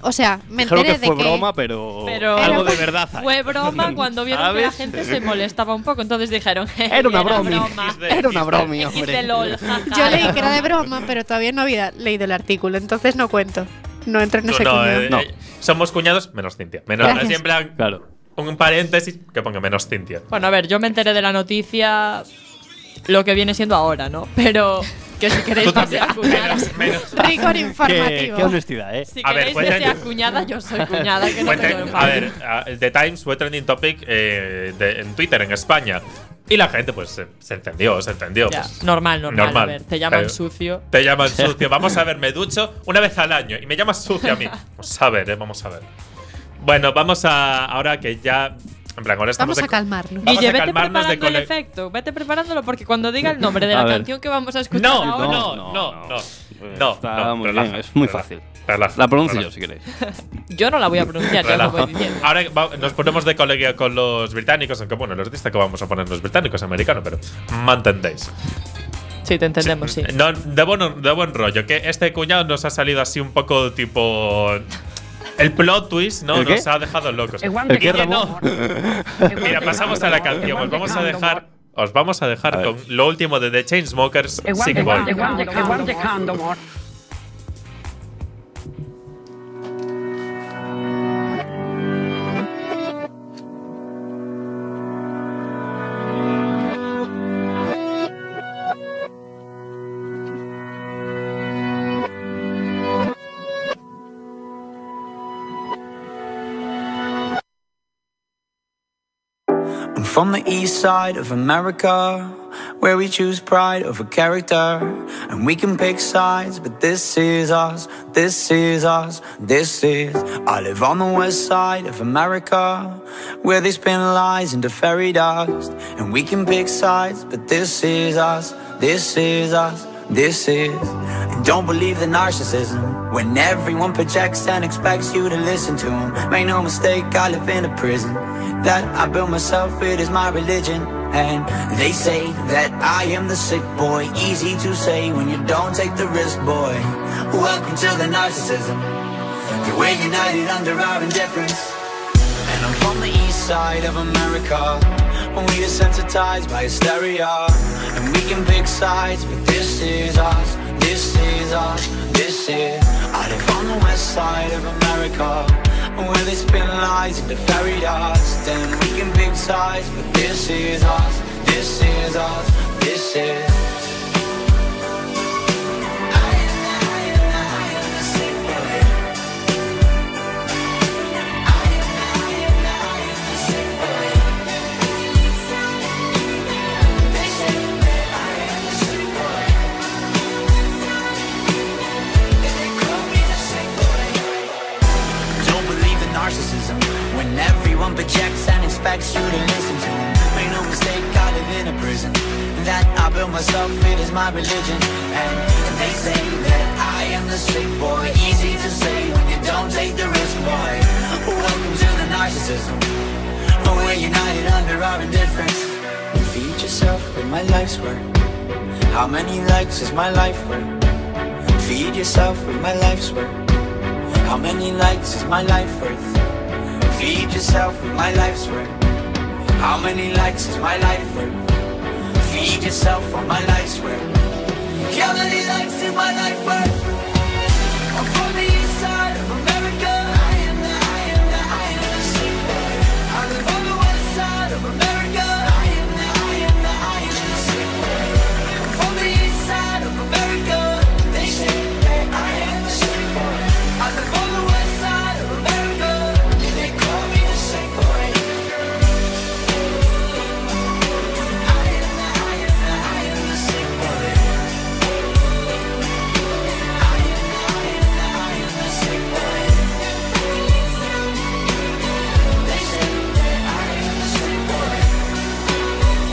O sea, me Dijeron enteré que fue de que. broma, pero, Pero- algo Era- de verdad. hay. Fue broma cuando vieron que la ¿Sabes? gente se molestaba un poco, entonces dijeron, Era una bromi. Era una bromi, Dijiste hombre. LOL, jaja. Yo leí que era de broma, pero todavía no había leído el artículo, entonces no cuento. No entro en Tú ese no, cuñado. eh, No. eh, somos cuñados menos Cintia. Menos, Gracias. siempre han- Claro. un paréntesis que ponga menos Cintia. Bueno, a ver, yo me enteré de la noticia lo que viene siendo ahora, ¿no? Pero que si queréis Tú que sea también. cuñada. Menos- menos- Rigor Qué, informativo. qué honestidad, ¿eh? Si A ver, queréis cuenta- que sea cuñada, yo soy cuñada, que no Fue tengo tre- el a pan. ver, a- el The Times fue trending topic eh, de- en Twitter, en España. Y la gente, pues, se, se entendió, se entendió. Ya, pues. normal, normal, Normal. A ver, te llaman Claro. sucio. Te llaman sucio. Vamos a ver, me ducho una vez al año y me llamas sucio a mí. Vamos a ver, eh, vamos a ver. Bueno, vamos a. Ahora que ya. En plan, ahora estamos. Vamos a de- calmarnos. Vamos Guille, a vete calmarnos de preparando el cole- efecto, vete preparándolo porque cuando diga el nombre de A la ver. canción que vamos a escuchar No, ahora, no, no, No, no, no. no. Está no, muy relaja, bien, es muy relaja, fácil. relaja, La pronuncio yo, relaja. si queréis. yo no la voy a pronunciar, ya os lo Relaja. voy diciendo. Ahora va- nos ponemos de colegio con los británicos, aunque bueno, los dista que vamos a poner los británicos americanos, pero me entendéis. Sí, te entendemos, sí. No, de, buen, de buen rollo, que este cuñado nos ha salido así un poco tipo. El plot twist, ¿no? ¿El qué? Nos ha dejado locos. ¿El qué, Guille, Ramón? no. Mira, pasamos a la canción. Os vamos a dejar, os vamos a dejar A ver. con lo último de The Chainsmokers, E Sick Boy. I'm from the east side of America, where we choose pride over character. And we can pick sides, but this is us, this is us, this is. I live on the west side of America, where they spin lies into fairy dust. And we can pick sides, but this is us, this is us, this is. And don't believe the narcissism when everyone projects and expects you to listen to them. Make no mistake, I live in a prison that I built myself, it is my religion. And they say that I am the sick boy. Easy to say when you don't take the risk, boy. Welcome to the narcissism. that We're united under our indifference. And I'm from the east side of America. When we are sensitized by hysteria. And we can pick sides, but this is us, this is us, this is. I live on the west side of America. Where they spin lies into fairy dust. And we can pick sides, but this is us, this is us, this is. Don't believe in narcissism when everyone projects and expects you to listen to. 'em. Make no mistake, I live in a prison that I built myself. It is my religion, and they say that I am the sick boy. Easy to say when you don't take the risk, boy. Welcome to the narcissism. But we're united under our indifference. You feed yourself with my life's work. How many likes is my life worth? Feed yourself with my life's work. How many likes is my life worth? Feed yourself with my life's worth. How many likes is my life worth? Feed yourself with my life's worth. How many likes is my life worth? I'm from the east side of America. I am the, I am the, I am the sick boy. I live on the west side of America. I am the, I am the, I am the sick boy. I'm from the east side of America. They say that I am the sick boy. I live on the west side of America. They call me the sick boy. I am the, I am the, I am the sick boy. I am the, I am the, I am the sick boy. They say that I am the sick boy. They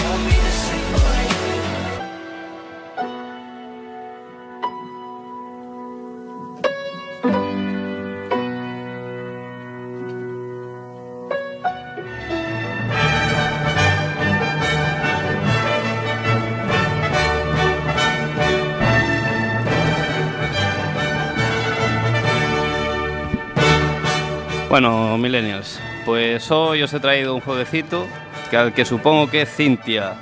call me the sick boy. Bueno, millennials, pues hoy os he traído un jueguecito que al que supongo que Cintia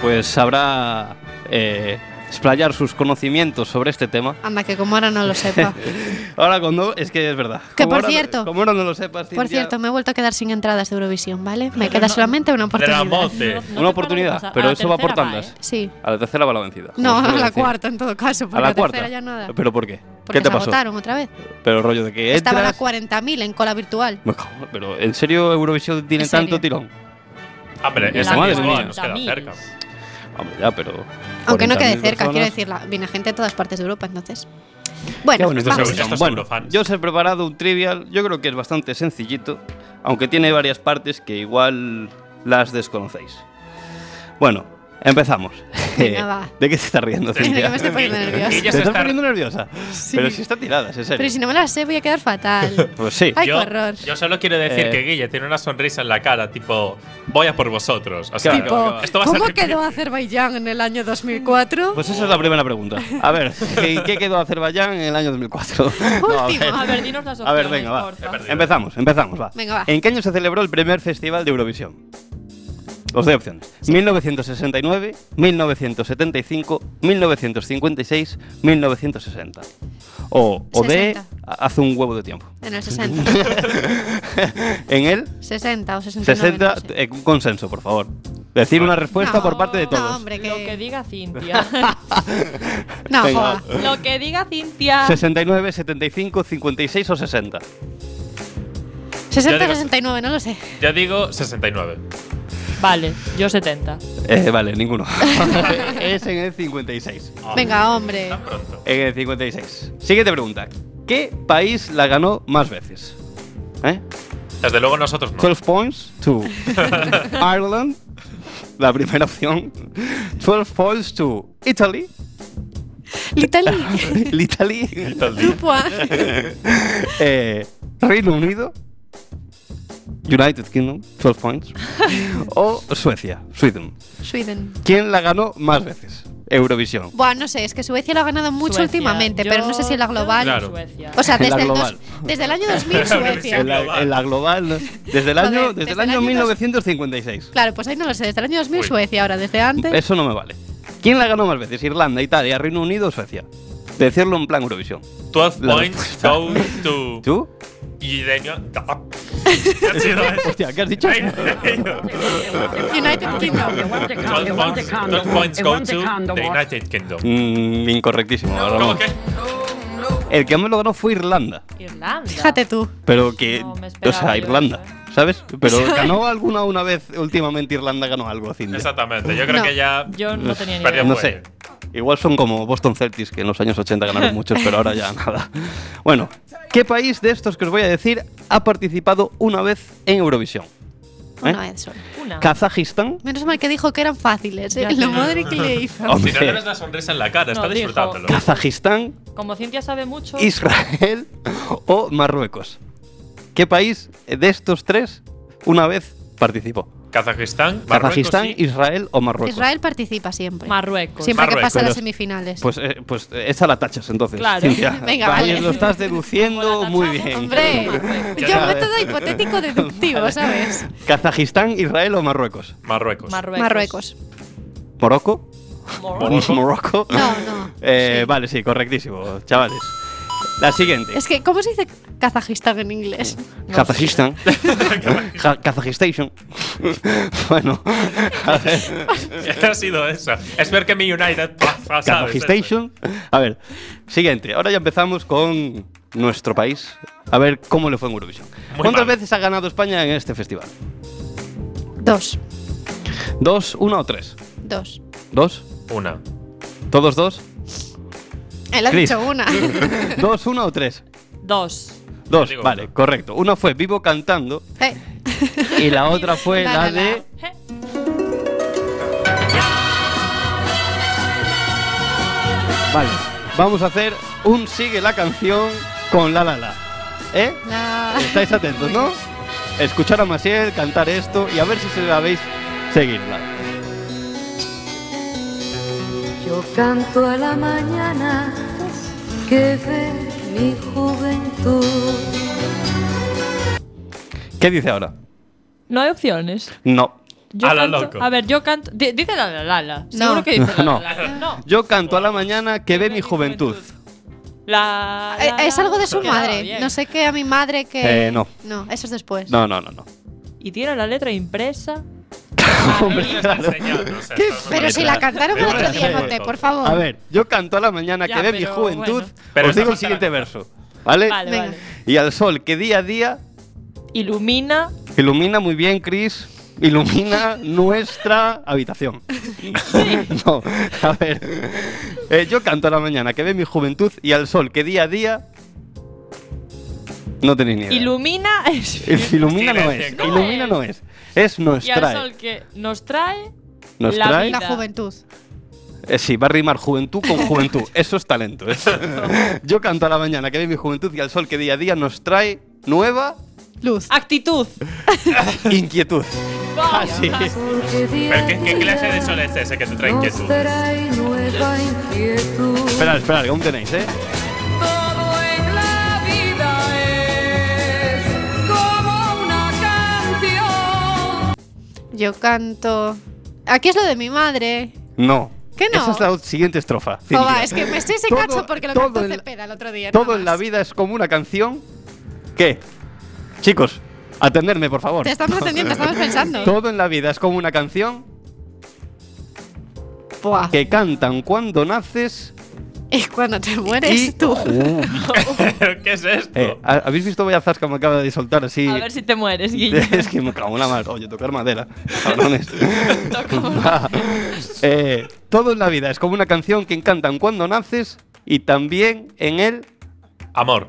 pues sabrá eh, explayar sus conocimientos sobre este tema. Anda, que como ahora no lo sepa. Ahora cuando es que es verdad. Que, Como por ahora- cierto- como ahora no lo sepas, Cintia, Por cierto, me he vuelto a quedar sin entradas de Eurovisión, ¿vale? Me queda solamente una oportunidad. Ramote. una oportunidad, pero eso va por tandas. Sí. A la tercera va la vencida. como No, suele a la decir. cuarta en todo caso, porque A la cuarta. tercera ya nada. Pero ¿por qué? Porque ¿Qué te se pasó? agotaron otra vez. Pero rollo de que Estaban a entras. 40.000 en cola virtual. Me cago- Pero en serio Eurovisión tiene En serio. tanto tirón. Hombre, ¿eh? La es el madre mismo, mía. nos queda cerca. Hombre, ya, pero. Aunque no quede 40.000 cerca, quiero personas. decirla. Viene gente de todas partes de Europa, entonces. Qué Bueno, bonito Esto vamos. seguro- esto bueno, seguro, fans. yo os he preparado un trivial, yo creo que es bastante sencillito, aunque tiene varias partes que igual las desconocéis. Bueno, empezamos. Eh, Venga, va. ¿De qué se está riendo, que Cintia? me estoy poniendo nerviosa. ¿Te Ella se estás está- poniendo nerviosa? Pero si está tirada, en serio. Pero si no me la sé, voy a quedar fatal. Pues sí. Ay, qué yo, horror. yo solo quiero decir Eh. que Guille tiene una sonrisa en la cara, tipo, voy a por vosotros. O sea, Tipo, no, esto va a ¿Cómo ser quedó Azerbaiyán en el año 2004? Pues esa es la primera pregunta. A ver, ¿en qué quedó Azerbaiyán en el año 2004? No, a Último. ver. A ver, dinos las A opciones, ver, venga, va. porfa. Empezamos, empezamos, va. Venga, va. ¿En qué año se celebró el primer festival de Eurovisión? Os doy opciones. 1969, 1975, 1956, 1960. O, o D, 60. a- hace un huevo de tiempo. En el 60. En el 60 o 69. 60, no sé. eh, un consenso, por favor. Decir una respuesta No, por parte de no, todos. No, hombre, que. Lo que diga Cintia. No, Venga, joda. va. Lo que diga Cintia. 69, 75, 56 o 60. 60 digo- 69, no lo sé. Yo digo 69. Vale, yo 70. Eh, vale, ninguno. es en el 56. Venga, hombre. Pronto. En el 56. Siguiente pregunta. ¿Qué país la ganó más veces? ¿Eh? Desde luego nosotros no. 12 points to Ireland, la primera opción. 12 points to Italy, Litali. Italy, Tupua. eh, Reino Unido, United Kingdom, 12 points, o Suecia, Sweden. Sweden. ¿Quién la ganó más veces? Eurovisión. Buah, no sé, es que Suecia lo ha ganado mucho Suecia. últimamente, pero no sé si en la Yo- global. yo Claro. Suecia. O sea, En la desde el, dos- global. desde el año 2000 En Suecia. la, en la global, ¿no? desde Joder, el año, desde desde el el año año dos- 1956. Claro, pues ahí no lo sé, desde el año 2000 Uy. Suecia, ahora desde antes. Eso no me vale. ¿Quién la ganó más veces? ¿Irlanda, Italia, Reino Unido o Suecia? Decirlo en plan Eurovisión. 12 La points go to. ¿Tú? Y de ah. ¿Qué eh. ha sido eso? Hostia, ¿qué has dicho? Ay, no. United E Kingdom. Este 12 points, 12 points go to the United Kingdom. Mm, incorrectísimo. Ramón. ¿Cómo que? El que más lo ganó fue Irlanda. Irlanda. Fíjate tú. Pero que. No me o esperaba sea, yo Irlanda. eso, ¿Sabes? Pero ganó alguna una vez últimamente Irlanda ganó algo, Cindy. Exactamente, yo creo No. que ya. Yo no tenía ni Perdió idea. No fuelle. sé. Igual son como Boston Celtics, que en los años 80 ganaron muchos, pero ahora ya nada. Bueno, ¿qué país de estos que os voy a decir ha participado una vez en Eurovisión? ¿Eh? Una vez solo. Una. ¿Kazajistán? Menos mal que dijo que eran fáciles, ¿eh? Ya, Lo claro. madre que le hizo. Si no Hombre, tienes la sonrisa en la cara, está No, dijo- disfrutándolo. Kazajistán, Como Cintia sabe mucho. Israel o Marruecos. ¿Qué país de estos tres una vez participó? Kazajistán, Marruecos ¿Kazajistán, y- Israel o Marruecos? Israel participa siempre. Marruecos. Siempre que Marruecos. pasa Pero- las semifinales. Pues, eh, pues eh, esa la tachas entonces. Claro. Cintia. Venga, Vale, vale. Lo estás Como deduciendo la muy tachamos, bien. Hombre, Marruecos. yo método hipotético deductivo, ¿sabes? ¿Kazajistán, Israel o Marruecos? Marruecos. Marruecos. Marruecos. ¿Morocco? Marruecos. Morocco. ¿Morocco? No, no. Eh, Sí. Vale, sí, correctísimo, chavales. La siguiente. Es que, ¿cómo se dice Kazajistán en inglés? Kazajistán. Ja- Kazajistation. bueno, a ver. ¿Qué ha sido eso? Es ver que mi United. ¿sabes? Kazajistation. A ver, siguiente. Ahora ya empezamos con nuestro país. A ver cómo le fue en Eurovisión. Muy ¿Cuántas mal. veces ha ganado España en este festival? Dos. ¿Dos, una o tres? Dos. ¿Dos? Una. ¿Todos dos? Él ha Cris. dicho una. ¿Dos, una o tres? Dos. Dos, digo vale, uno. correcto. Una fue Vivo cantando Eh, y la otra fue La, la la, la. de... Je. Vale, vamos a hacer un sigue la canción con la la la. ¿Eh? la- Estáis atentos, ¿no? Escuchar a Maciel cantar esto y a ver si sabéis seguirla. Yo canto a la mañana que ve mi juventud. ¿Qué dice ahora? No hay opciones. No. Yo A la canto- loco. A ver, yo canto. di- Dice la la la la. Seguro que dice la No. la la. No. Yo canto a la mañana que ve mi juventud. La, Eh, la, Es algo de su Quedaba madre. bien. No sé qué a mi madre que. Eh, no. No, eso es después. No, no, no, no. Y tiene la letra impresa. Hombre, claro. Qué Pero si la cantaron el otro día, Monte, por favor. A ver, yo canto a la mañana Ya, que ve mi pero juventud. bueno. Pero Os esa digo no el se la siguiente canta. verso, ¿vale? Vale, Venga. vale. Y al sol que día a día Ilumina. ilumina muy bien, Chris. ilumina nuestra habitación. no, a ver. Eh, yo canto a la mañana que ve mi juventud y al sol que día a día. No tenéis ni idea. Ilumina El ilumina no Silencio, es. ¿cómo? Ilumina no es. Es eh. nos y al trae. sol que nos trae. Nos la trae. La juventud. Eh, sí, va a rimar juventud con juventud. Eso es talento. eso. Yo canto a la mañana que ve mi juventud y al sol que día a día nos trae nueva Luz. Actitud. inquietud. Ah, Así. Porque día ¿Pero qué, a qué día clase de sol es ese que te trae nos inquietud? trae nueva inquietud. Esperad, esperad, que aún tenéis, ¿eh? Todo en la vida es como una canción. Yo canto. Aquí es lo de mi madre. No. ¿Qué no? Esa es la siguiente estrofa. Jova, Cintia. es que me estoy ese Todo- cacho porque lo todo cantó en la- Cepeda el otro día. Todo nada en la más. vida es como una canción. ¿Qué? Chicos, atenderme, por favor. Te estamos atendiendo, te estamos pensando. Todo en la vida es como una canción Buah. que cantan cuando naces Y cuando te y mueres tú. Uh, ¿Pero ¿Qué es esto? eh, ¿ha- ¿Habéis visto Vaya Zasca me acaba de soltar así? A ver si te mueres, Guille. es que me cago en la madre. Oye, tocar madera. Cabrones. Va. Eh, todo en la vida es como una canción que cantan cuando naces y también en el Amor.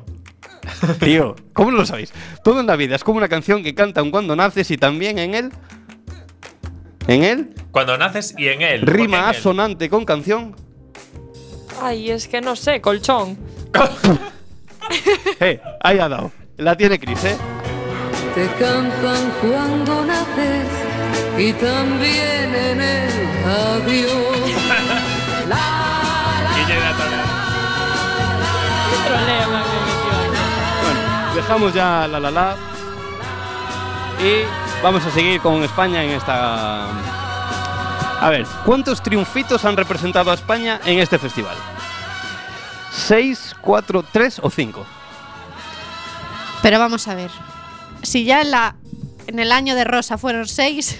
Tío, ¿cómo lo sabéis? Todo en la vida es como una canción que cantan cuando naces y también en él. En él, Cuando naces y en él. porque en rima él. asonante con canción. Ay, es que no sé, colchón. Eh, ahí ha dado. La tiene Chris, ¿eh? Te cantan cuando naces y también en el adiós. Guille de Atala. Troleo, la religión. Bueno, dejamos ya la la la. Y vamos a seguir con España en esta. A ver, ¿cuántos triunfitos han representado a España en este festival? ¿Seis, cuatro, tres o cinco? Pero vamos a ver. Si ya en, la, en el año de Rosa fueron seis.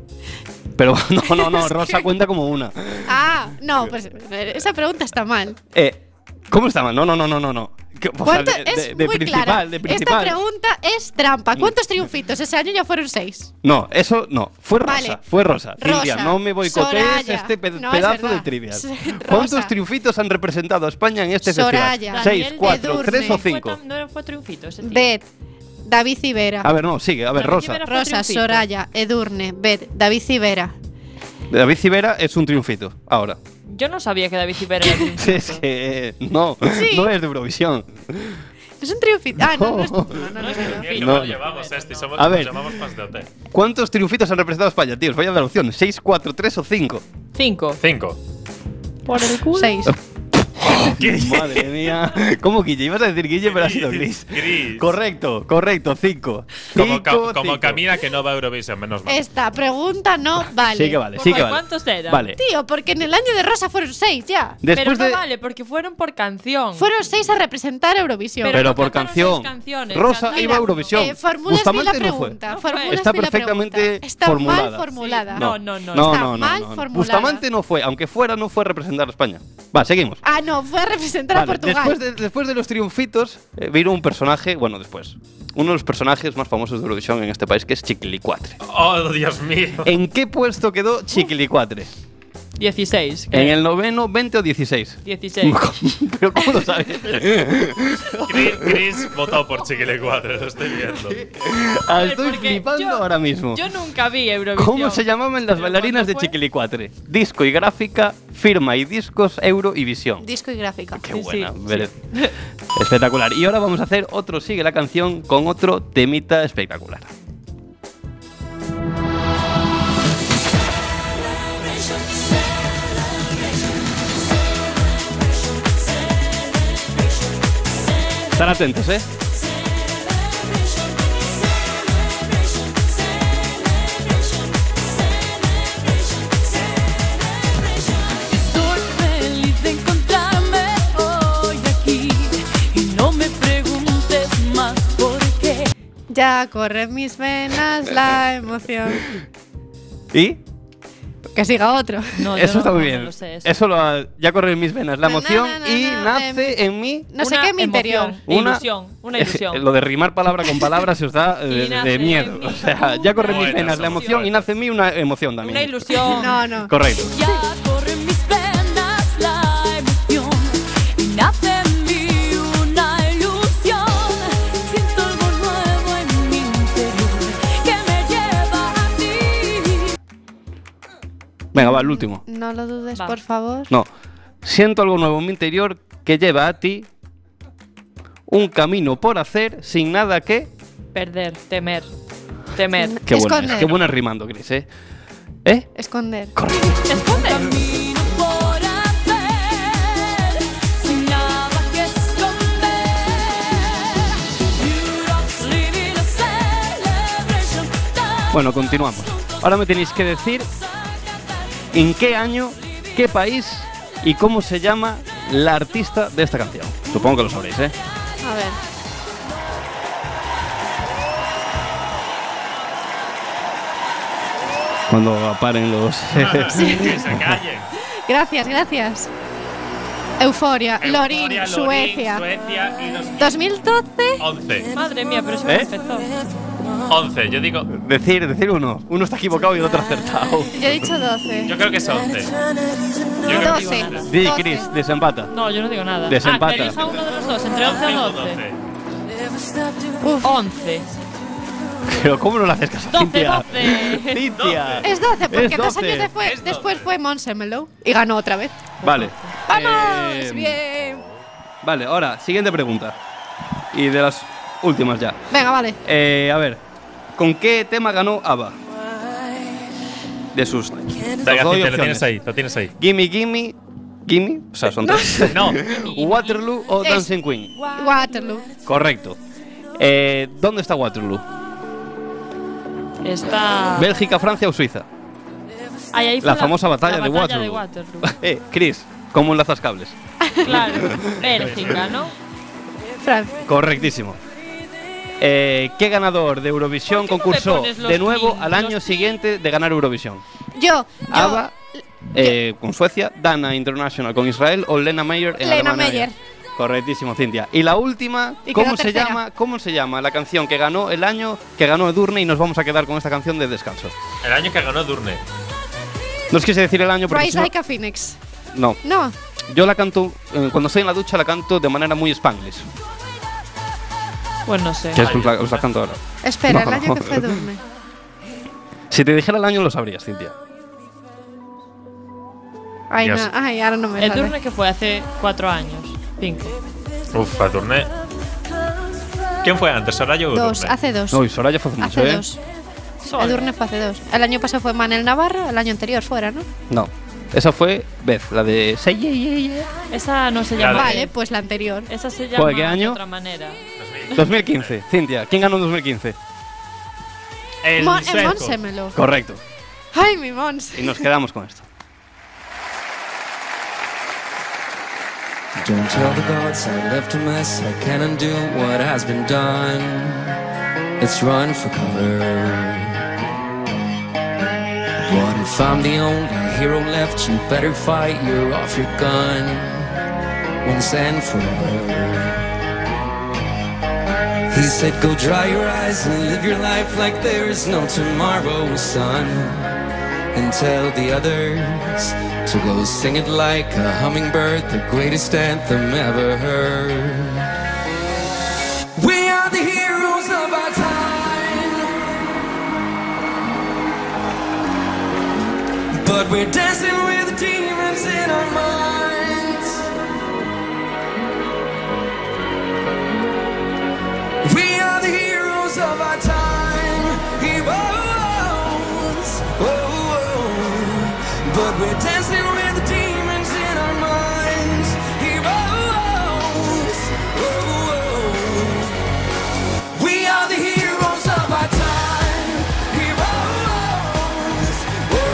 Pero no, no, no, Rosa cuenta como una. ah, no, pues eh, esa pregunta está mal. Eh, ¿Cómo estaba? No, no, no, no, no, no. Que- o sea, ¿Cuánto- de- es de- de muy principal, clara. de Esta principal. pregunta es trampa. ¿Cuántos triunfitos? Ese año ya fueron seis. No, eso no. Fue Rosa. Vale. Fue Rosa. Rosa, Cintia, no me boicotees Soraya. este pe- No, es pedazo de verdad. trivia. Rosa. ¿Cuántos triunfitos han representado a España en este Soraya. festival? ¿Seis, Daniel cuatro, Edurne. tres o Fue cinco? tan- No fue triunfito ese tío. Bet, David Ibera. A ver, no, sigue. A ver, David Rosa. Civera- Rosa, triunfito. Soraya, Edurne, Bet, David Ibera. David Civera es un triunfito. Ahora. Yo no sabía que David Civera era triunfito. Es que eh, no, Sí. no es de Eurovisión. Es un triunfito. Ah, no, no, es- no, no, no, No es no. Bien, triunfito. ¿cómo No. lo llevamos esto? Y somos, A ver. nos llamamos fans de OT. ¿Cuántos triunfitos han representado a España? Tío, os voy a dar opciones. ¿Seis, cuatro, tres o cinco? Cinco. Cinco. Por el culo. Seis. Madre mía. ¿Cómo Guille? Ibas a decir Guille, pero ha sido Gris. Gris. Correcto, correcto, cinco. Como, ca- Cinco, como cinco. Camila que no va a Eurovisión, menos mal. Esta pregunta no vale. Sí que vale, sí que vale. ¿Cuántos eran? Vale. Tío, porque en el año de Rosa fueron seis ya. Después pero de no vale, porque fueron por canción. Fueron seis a representar Eurovisión. pero Pero por cantaron canción. seis canciones, Rosa cantaron iba a una. Eurovisión. Eh, formulas bien la Bustamante no fue. pregunta. No fue. formulas Está bien la perfectamente pregunta. Está formulada. mal formulada. Sí, No, no, Está no. No, no, no, mal no, no. formulada. Bustamante no fue, aunque fuera no fue a representar a España. Va, seguimos. Ah, no, fue a representar a Vale, Portugal. Después, de, después de los triunfitos, eh, vino un personaje, bueno, después, uno de los personajes más famosos de Eurovisión en este país, que es Chiquilicuatre. Oh, Dios mío. ¿En qué puesto quedó Chiquilicuatre? 16. creo. ¿En el noveno, 20 o 16? 16. ¿Pero cómo lo sabes? Chris, Chris votado por Chiquile 4, lo estoy viendo. Ah, Joder, Estoy porque flipando yo- ahora mismo. Yo nunca vi Eurovisión. ¿Cómo se llamaban las Pero bailarinas ¿cuándo de fue? Chiquilicuatre? Disco y gráfica, firma y discos, euro y visión. Disco y gráfica. Qué Sí, buena, sí, ver- espectacular. Y ahora vamos a hacer otro Sigue la canción con otro temita espectacular. Están atentos, ¿eh? Estoy feliz de encontrarme hoy aquí y no me preguntes más por qué. Ya corre en mis venas la emoción. ¿Y? Que siga otro. No, yo eso no- está muy no, bien. no lo sé, eso. eso lo ha- ya corre en mis venas, la Na, na, emoción na, na, y na, nace em. en mí. No sé Una qué en mi interior. emoción, ilusión, una Es- ilusión. lo de rimar palabra con palabra se os da eh, Y de, nace de en miedo. mí O sea, ya corre en mis una venas la emoción y ilusión. nace en mí una emoción también. Una ilusión. No, no. Correcto. Ya corren mis venas la emoción y nace en mí una ilusión. Siento algo nuevo en mi interior que me lleva a ti. Venga, va, el último. No lo dudes, Va. por favor. No. Siento algo nuevo en mi interior que lleva a ti un camino por hacer sin nada que. Perder, temer. Temer. Mm. Qué buena, Esconder. qué buena rimando, Cris, ¿eh? ¿Eh? Esconder. Camino por hacer sin nada que esconder. Europe's living a celebration. Bueno, continuamos. Ahora me tenéis que decir en qué año, qué país y cómo se llama la artista de esta canción. Supongo que lo sabréis, ¿eh? A ver. Cuando paren los. que se callen. Gracias, gracias. Euforia, Lorin, Euforia, Lorín, Suecia. Suecia y 2012. 2011. Madre mía, pero eso ¿Eh? me empezó. 11, yo digo. decir, decir uno. Uno está equivocado y el otro acertado. Yo he dicho 12. Yo creo que es 11. Yo creo que digo 12. Di, 12. Cris, desempata. No, yo no digo nada. Desempata. Ah, que elija uno de los dos, entre 11 o 12. 11. Uf. 11. Pero ¿cómo no le haces caso a 12, Cintia? 12. ¡Cintia! Es 12, porque Es dos 12. años después, Es 12. después fue Monsemelo y ganó otra vez. Vale. ¡Vamos! Eh, Bien. Vale, ahora, siguiente pregunta. Y de las últimas ya. Venga, vale. Eh, a ver, ¿con qué tema ganó ABBA? De sus. Venga, doy Cintia, lo opciones. tienes ahí, lo tienes ahí. Gimme, gimme, gimme. O sea, son tres. No, Waterloo o Es- Dancing Queen. Waterloo. Correcto. Eh, ¿Dónde está Waterloo? Está. ¿Bélgica, Francia o Suiza? Ahí, ahí fue La famosa batalla la de batalla Waterloo. Waterloo. Eh, Chris, ¿cómo enlazas cables? Claro. Bélgica, ¿no? Francia. Correctísimo. Eh, ¿Qué ganador de Eurovisión ¿Por qué no me concursó pones los de nuevo pin- al año los pin? siguiente de ganar Eurovisión? Yo, yo, ABBA eh, con Suecia, Dana International con Israel o Lena Meyer en Lena Alemania. Meyer. Correctísimo, Cintia. Y la última, Y quedó ¿cómo se, tercera. llama, ¿cómo se llama la canción que ganó el año que ganó Edurne y nos vamos a quedar con esta canción de descanso? el año que ganó Durne. No os quise decir el año, pero Rise Like a Phoenix. no. No, Yo la canto, eh, cuando estoy en la ducha la canto de manera muy spanglish. Pues no sé. Que es- os la- os la canto ahora. espera, No. el año que fue Durne. Si te dijera el año lo sabrías, Cintia. Ay, Dios. no, ay, ahora no me El sale. turno que fue hace 4 años. 5. Uf, a Durne. ¿Quién fue antes, Soraya o Dos, Durne? hace dos. No, y Soraya fue hace mucho, hace ¿eh? dos. El Durne fue hace dos. El año pasado fue Manel Navarro, el año anterior fuera, ¿no? No. Esa fue Beth, la de Say Yeah, Yeah, Yeah. Esa no se Claro. llama. Vale, pues la anterior. Esa se llama Joder, ¿qué año? de otra manera. 2015, Cintia, ¿quién ganó en 2015? El Mon- el sueco. Monsemelo. Correcto. Ay, mi Mons. Y nos quedamos con esto. Don't tell the gods I left a mess. I can undo what has been done. Let's run for cover. What if I'm the only hero left? You better fight. You're off your gun. Once and forever. He said, Go dry your eyes and live your life like there is no tomorrow, son and tell the others to go sing it like a hummingbird, the greatest anthem ever heard. We are the heroes of our time, but we're dancing with the demons in our minds. We are the heroes of our time, heroes. Oh, oh. But we're dancing with the demons in our minds, heroes. Oh, oh. We are the heroes of our time, heroes. Oh, oh.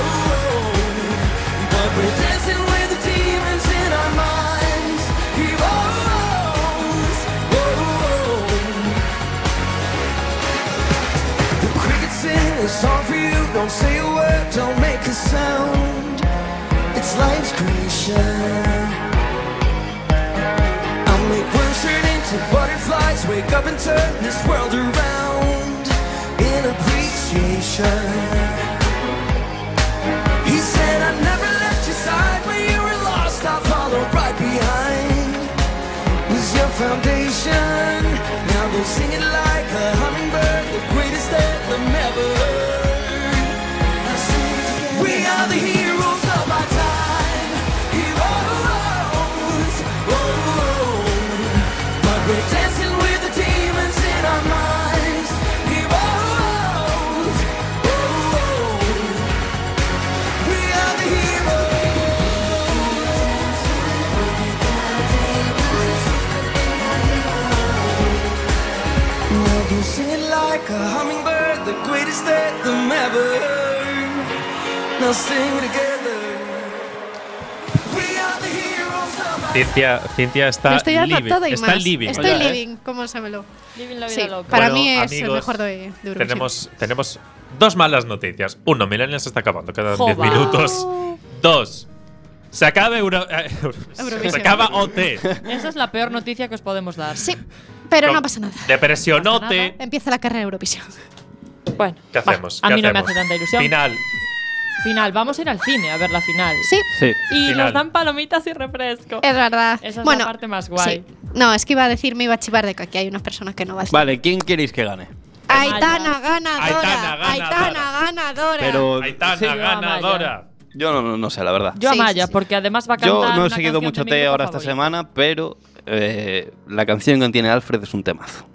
But we're dancing with the demons in our minds, heroes. Oh, oh. Cricket sing a song for you. Don't say a word, don't make a sound. ocean. I'll make worms turn into butterflies. Wake up and turn this world around in appreciation. He said, I never left your side when you were lost. I followed right behind. Was your foundation. Now go sing it like a hummingbird, the greatest anthem ever heard. We are the heroes of our time. Heroes. Oh, But we're dancing with the demons in our minds. Heroes. Oh, we are the heroes. Now go singing like a hummingbird, the greatest anthem ever heard. Now sing together. We are the heroes of our Cintia, Cintia está Yo estoy living. adaptada y está más. living. Estoy ya, ¿eh? living, ¿cómo se me lo? Living la vida Sí, loca. para Bueno, mí es el amigos, mejor de, de Eurovisión. Tenemos, tenemos dos malas noticias. Uno, Millennials está acabando, quedan 10 Joba. minutos. Dos, se acaba Euro- eh, Eurovisión. se acaba OT. Esa es la peor noticia que os podemos dar. Sí, pero Con no pasa nada. Depresionote. Empieza la carrera de Eurovisión. Bueno, ¿Qué va, hacemos? a ¿Qué mí no me hacemos? hace tanta ilusión. Final. Final, vamos a ir al cine a ver la final. Sí, Sí. Y Final. nos dan palomitas y refresco. es verdad. Esa es la bueno, parte más guay. sí. No, es que iba a decir, me iba a chivar de que aquí hay unas personas que no van. Vale, ¿quién queréis que gane? Aitana ganadora. Aitana ganadora. Aitana ganadora. Pero Aitana, sí, ganadora. yo no, no sé, la verdad. Yo a Sí, Maya, sí, sí. porque además va a cantar. Yo no he una seguido canción mucho de mi T grupo ahora esta favorito. semana, pero eh, la canción que tiene Alfred es un temazo.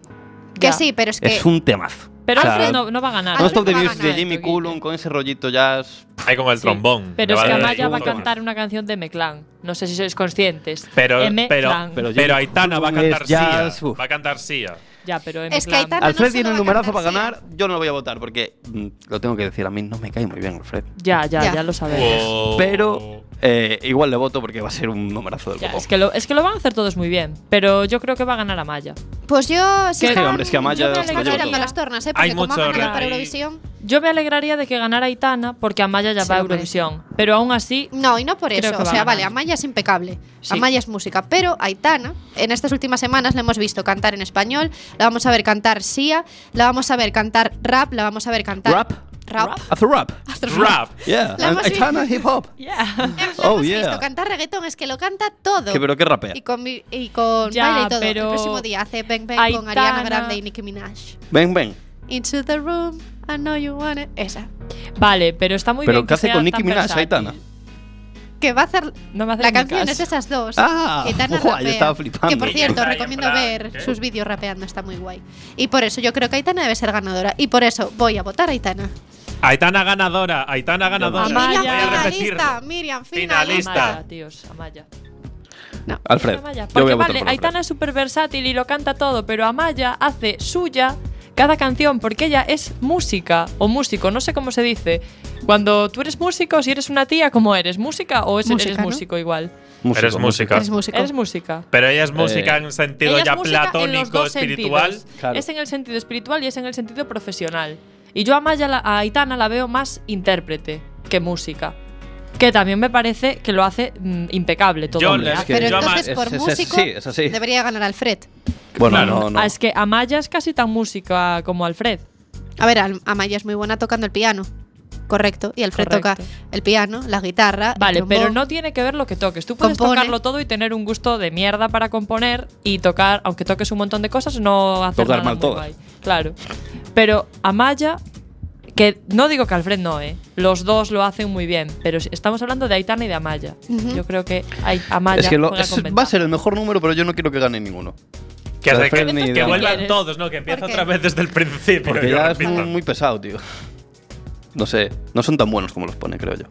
Que Ya. sí, pero es que. Es un temazo. Pero O sea, Alfred no, no va a ganar. No Alfred Stop the va a Music de ganar, Jimmy Guille. Coulon con ese rollito jazz. Ahí con el Sí. trombón. Pero Le es va que a dar Amaya ahí va a un cantar una canción de Meclán. No sé si sois conscientes. Pero, M pero, Clan. pero, Jimmy Aitana va a Coogan cantar es jazz, Sia. uf. Va a cantar Sia. Ya, pero M Es que Clan. Aitana no Alfred solo tiene va un a numerazo para cantar, ganar, yo no lo voy a votar porque mm, lo tengo que decir, a mí no me cae muy bien Alfred. Ya, ya, Ya. ya, lo sabéis. Oh. Pero eh, igual le voto porque va a ser un numerazo del Ya, copón. es, que lo, es que lo van a hacer todos muy bien, pero yo creo que va a ganar Amaya. Pues yo. Si Que- están- hombre, es que Amaya yo me se lo lleva tirando todo. las tornas, ¿eh? Hay Porque como mucho van a ganar rap para ahí. Eurovisión. Yo me alegraría de que ganara Aitana porque Amaya ya Se va a lo merece. Eurovisión, pero aún así No, y no por Creo eso. que O va sea, vale, ganando. Amaya es impecable. Sí. Amaya es música. Pero Aitana, en estas últimas semanas la hemos visto cantar en español, la vamos a ver cantar Sia, la vamos a ver cantar rap, la vamos a ver cantar. Rap. Rap. Hace rap. Rap. Yeah, La and hemos Aitana visto. hip hop. La Oh, hemos yeah. visto cantar reggaetón, es que lo canta todo. Que, pero qué rapea. y con, vi- y con Ya, baile y todo. pero El próximo día hace Bang Bang con Aitana- Ariana Grande y Nicki Minaj. Ven, ven. Into the room, I know you want it. Esa. vale, pero está muy Pero bien. ¿qué hace sea con Nicki tan Minaj, versátil. Aitana? Que va a hacer. No me hace la ni canción caso. es de esas dos. Ah, Aitana buah, yo rapea. estaba flipando. Que por cierto, Brian recomiendo Brown, ver ¿qué? sus vídeos rapeando, está muy guay. Y por eso yo creo que Aitana debe ser ganadora. Y por eso voy a votar a Aitana. Aitana ganadora. Aitana ganadora. Amaya. Voy Miriam a finalista, repetirlo. Miriam Finalista. finalista. Amaya, tíos, Amaya. Alfred. Amaya, Yo voy Porque a votar vale, por Alfred. Aitana es súper versátil y lo canta todo, pero Amaya hace suya cada canción porque ella es música o músico, no sé cómo se dice. Cuando tú eres músico, si eres una tía, ¿cómo eres? ¿Música o es- Música, eres ¿no? músico igual? Músico, Eres música. Eres músico. Eres música. Pero ella es música Eh, en un sentido Ella es ya música en los platónico, dos espiritual. sentidos. Claro. Es en el sentido espiritual y es en el sentido profesional. Y yo a Maya, la- a Aitana, la veo más intérprete que música. Que también me parece que lo hace mm, impecable todo. Yo lo que le- hace. Pero Yo ama- entonces es- por es- es- músico sí, es así. debería ganar Alfred. Bueno, Claro. no, no. Ah, es que Amaya es casi tan música como Alfred. A ver, Al- Amaya es muy buena tocando el piano. Correcto. Y Alfred Correcto. toca el piano, la guitarra. el Vale, trombón. pero no tiene que ver lo que toques. Tú puedes Compone. tocarlo todo y tener un gusto de mierda para componer y tocar, aunque toques un montón de cosas, no hacer Tocar nada mal muy todas. guay. Claro. Pero Amaya, que no digo que Alfred no, ¿eh? Los dos lo hacen muy bien, pero si- estamos hablando de Aitana y de Amaya. Ujú. Yo creo que Ai- Amaya Es que lo- juega es- con va a ventaja. ser el mejor número, pero yo no quiero que gane ninguno. Que, Pero re- que- Fred ni que idea. vuelvan ¿Quieres? todos, ¿no? Que empieza ¿Por qué? otra vez desde el principio. Porque yo ya es repito. muy, muy pesado, tío. No sé, no son tan buenos como los pone, creo yo.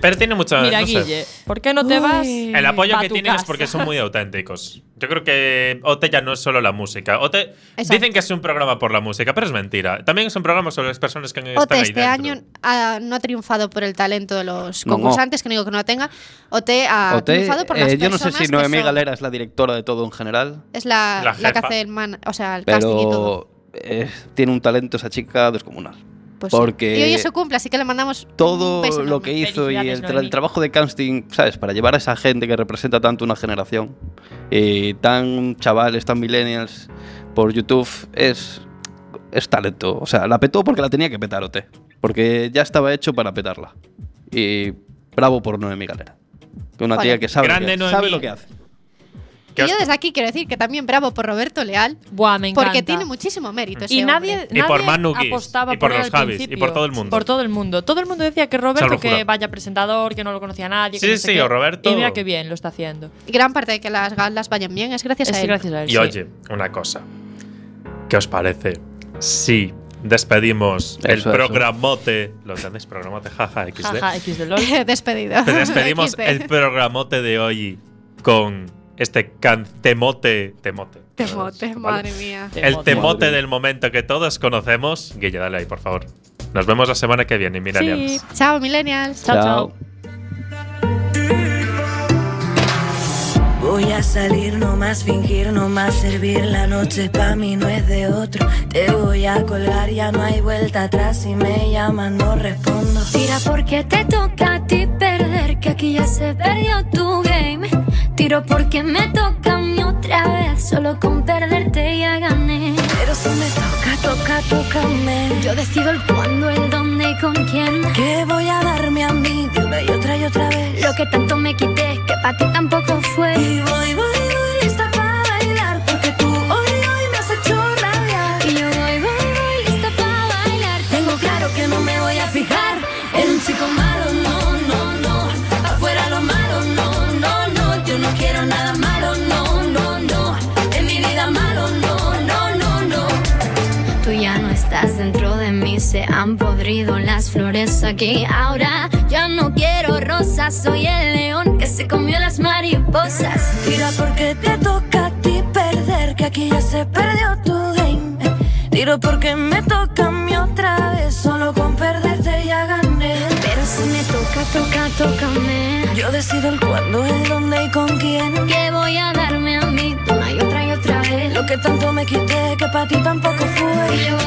Pero tiene mucho. Mira, no sé. Guille, ¿por qué no te vas? El apoyo pa' que tu tienen es casa? porque son muy auténticos. Yo creo que OT ya no es solo la música. OT Exacto. dicen que es un programa por la música, pero es mentira. También es un programa sobre las personas que han estado Ote ahí este dentro. año ha- no ha triunfado por el talento de los No, no. concursantes, que no digo que no lo tenga. Ote ha Ote, Ah, triunfado por las eh, yo no sé personas si que Noemí son- Galera es la directora de todo en general, Es la, La la que jefa. hace el man, o sea, el casting y todo. pero eh, tiene un talento esa chica descomunal. Pues sí. Porque Y hoy eso cumple, así que le mandamos un beso todo lo enorme. que hizo y el, Felicidades, tra- el Noemí. trabajo de casting, ¿sabes? Para llevar a esa gente que representa tanto una generación, y tan chavales, tan millennials, por YouTube, es, es talento. O sea, la petó porque la tenía que petar, OT. Porque ya estaba hecho para petarla. Y bravo por Noemi Galera. Una Joder. tía que sabe, Grande lo que, sabe Noemí. lo que hace. ¿Qué Y os- yo desde aquí quiero decir que también bravo por Roberto Leal, Buah, me encanta. porque tiene muchísimo mérito. Ese Y nadie, hombre. Y por nadie Manu Guis, apostaba y por él los al Javis, y principio. por todo el mundo. Por todo el mundo. Todo el mundo decía que Salvo Roberto, que Jurado. vaya presentador, que no lo conocía nadie. Sí, que no sé sí, qué. o Roberto- Y mira qué bien lo está haciendo. Y gran parte de que las galas vayan bien es gracias a Es él. gracias a él. Y Eh, sí. oye, una cosa. ¿Qué os parece si despedimos el Eso, eso. programote? Lo entendéis, programote, jaja, XD. Jaja, X de LOL. Despedido. Pero despedimos XD. el programote de hoy con este can temote. Temote. Temote, ¿Vale? madre mía. El temote Madre. del momento que todos conocemos. Guille, dale ahí, por favor. Nos vemos la semana que viene, Millennials. Sí. Chao, millennials. Chao, chao. Voy a salir, no más fingir, no más servir. La noche pa' mí no es de otro. Te voy a colgar, ya no hay vuelta atrás. Si me llaman, no respondo. Tira porque te toca a ti perder, que aquí ya se perdió tu game. Tiro porque me toca a mí otra vez, solo con perderte ya gané. Pero si me toca, toca, tócame. Yo decido el cuándo, el dónde y con quién. ¿Qué voy a darme a mí de una y otra y otra vez? Lo que tanto me quité, que para ti tampoco fue. Y voy, voy, voy lista para bailar. Porque tú hoy, hoy me has hecho rabiar. Y yo voy, voy, voy, lista para bailar. Tengo claro que no me voy a fijar en un chico malo, no, no, no. Afuera lo malo, no, no, no. Yo no quiero nada malo, no, no, no. En mi vida malo, no, no, no, no. Tú ya no estás dentro de mí, se han podrido las flores aquí. Ahora ya no quiero rosas, soy el león que se comió las mariposas. Tira porque te toca a ti perder, que aquí ya se perdió tu game. Tiro porque me toca a mí otra vez, solo con perderte ya gané. Pero si me toca, toca, tócame. Yo decido el cuándo, el dónde y con quién. ¿Qué voy a darme a mí una y otra y otra vez? Lo que tanto me quité, que para ti tampoco fue. Y yo voy,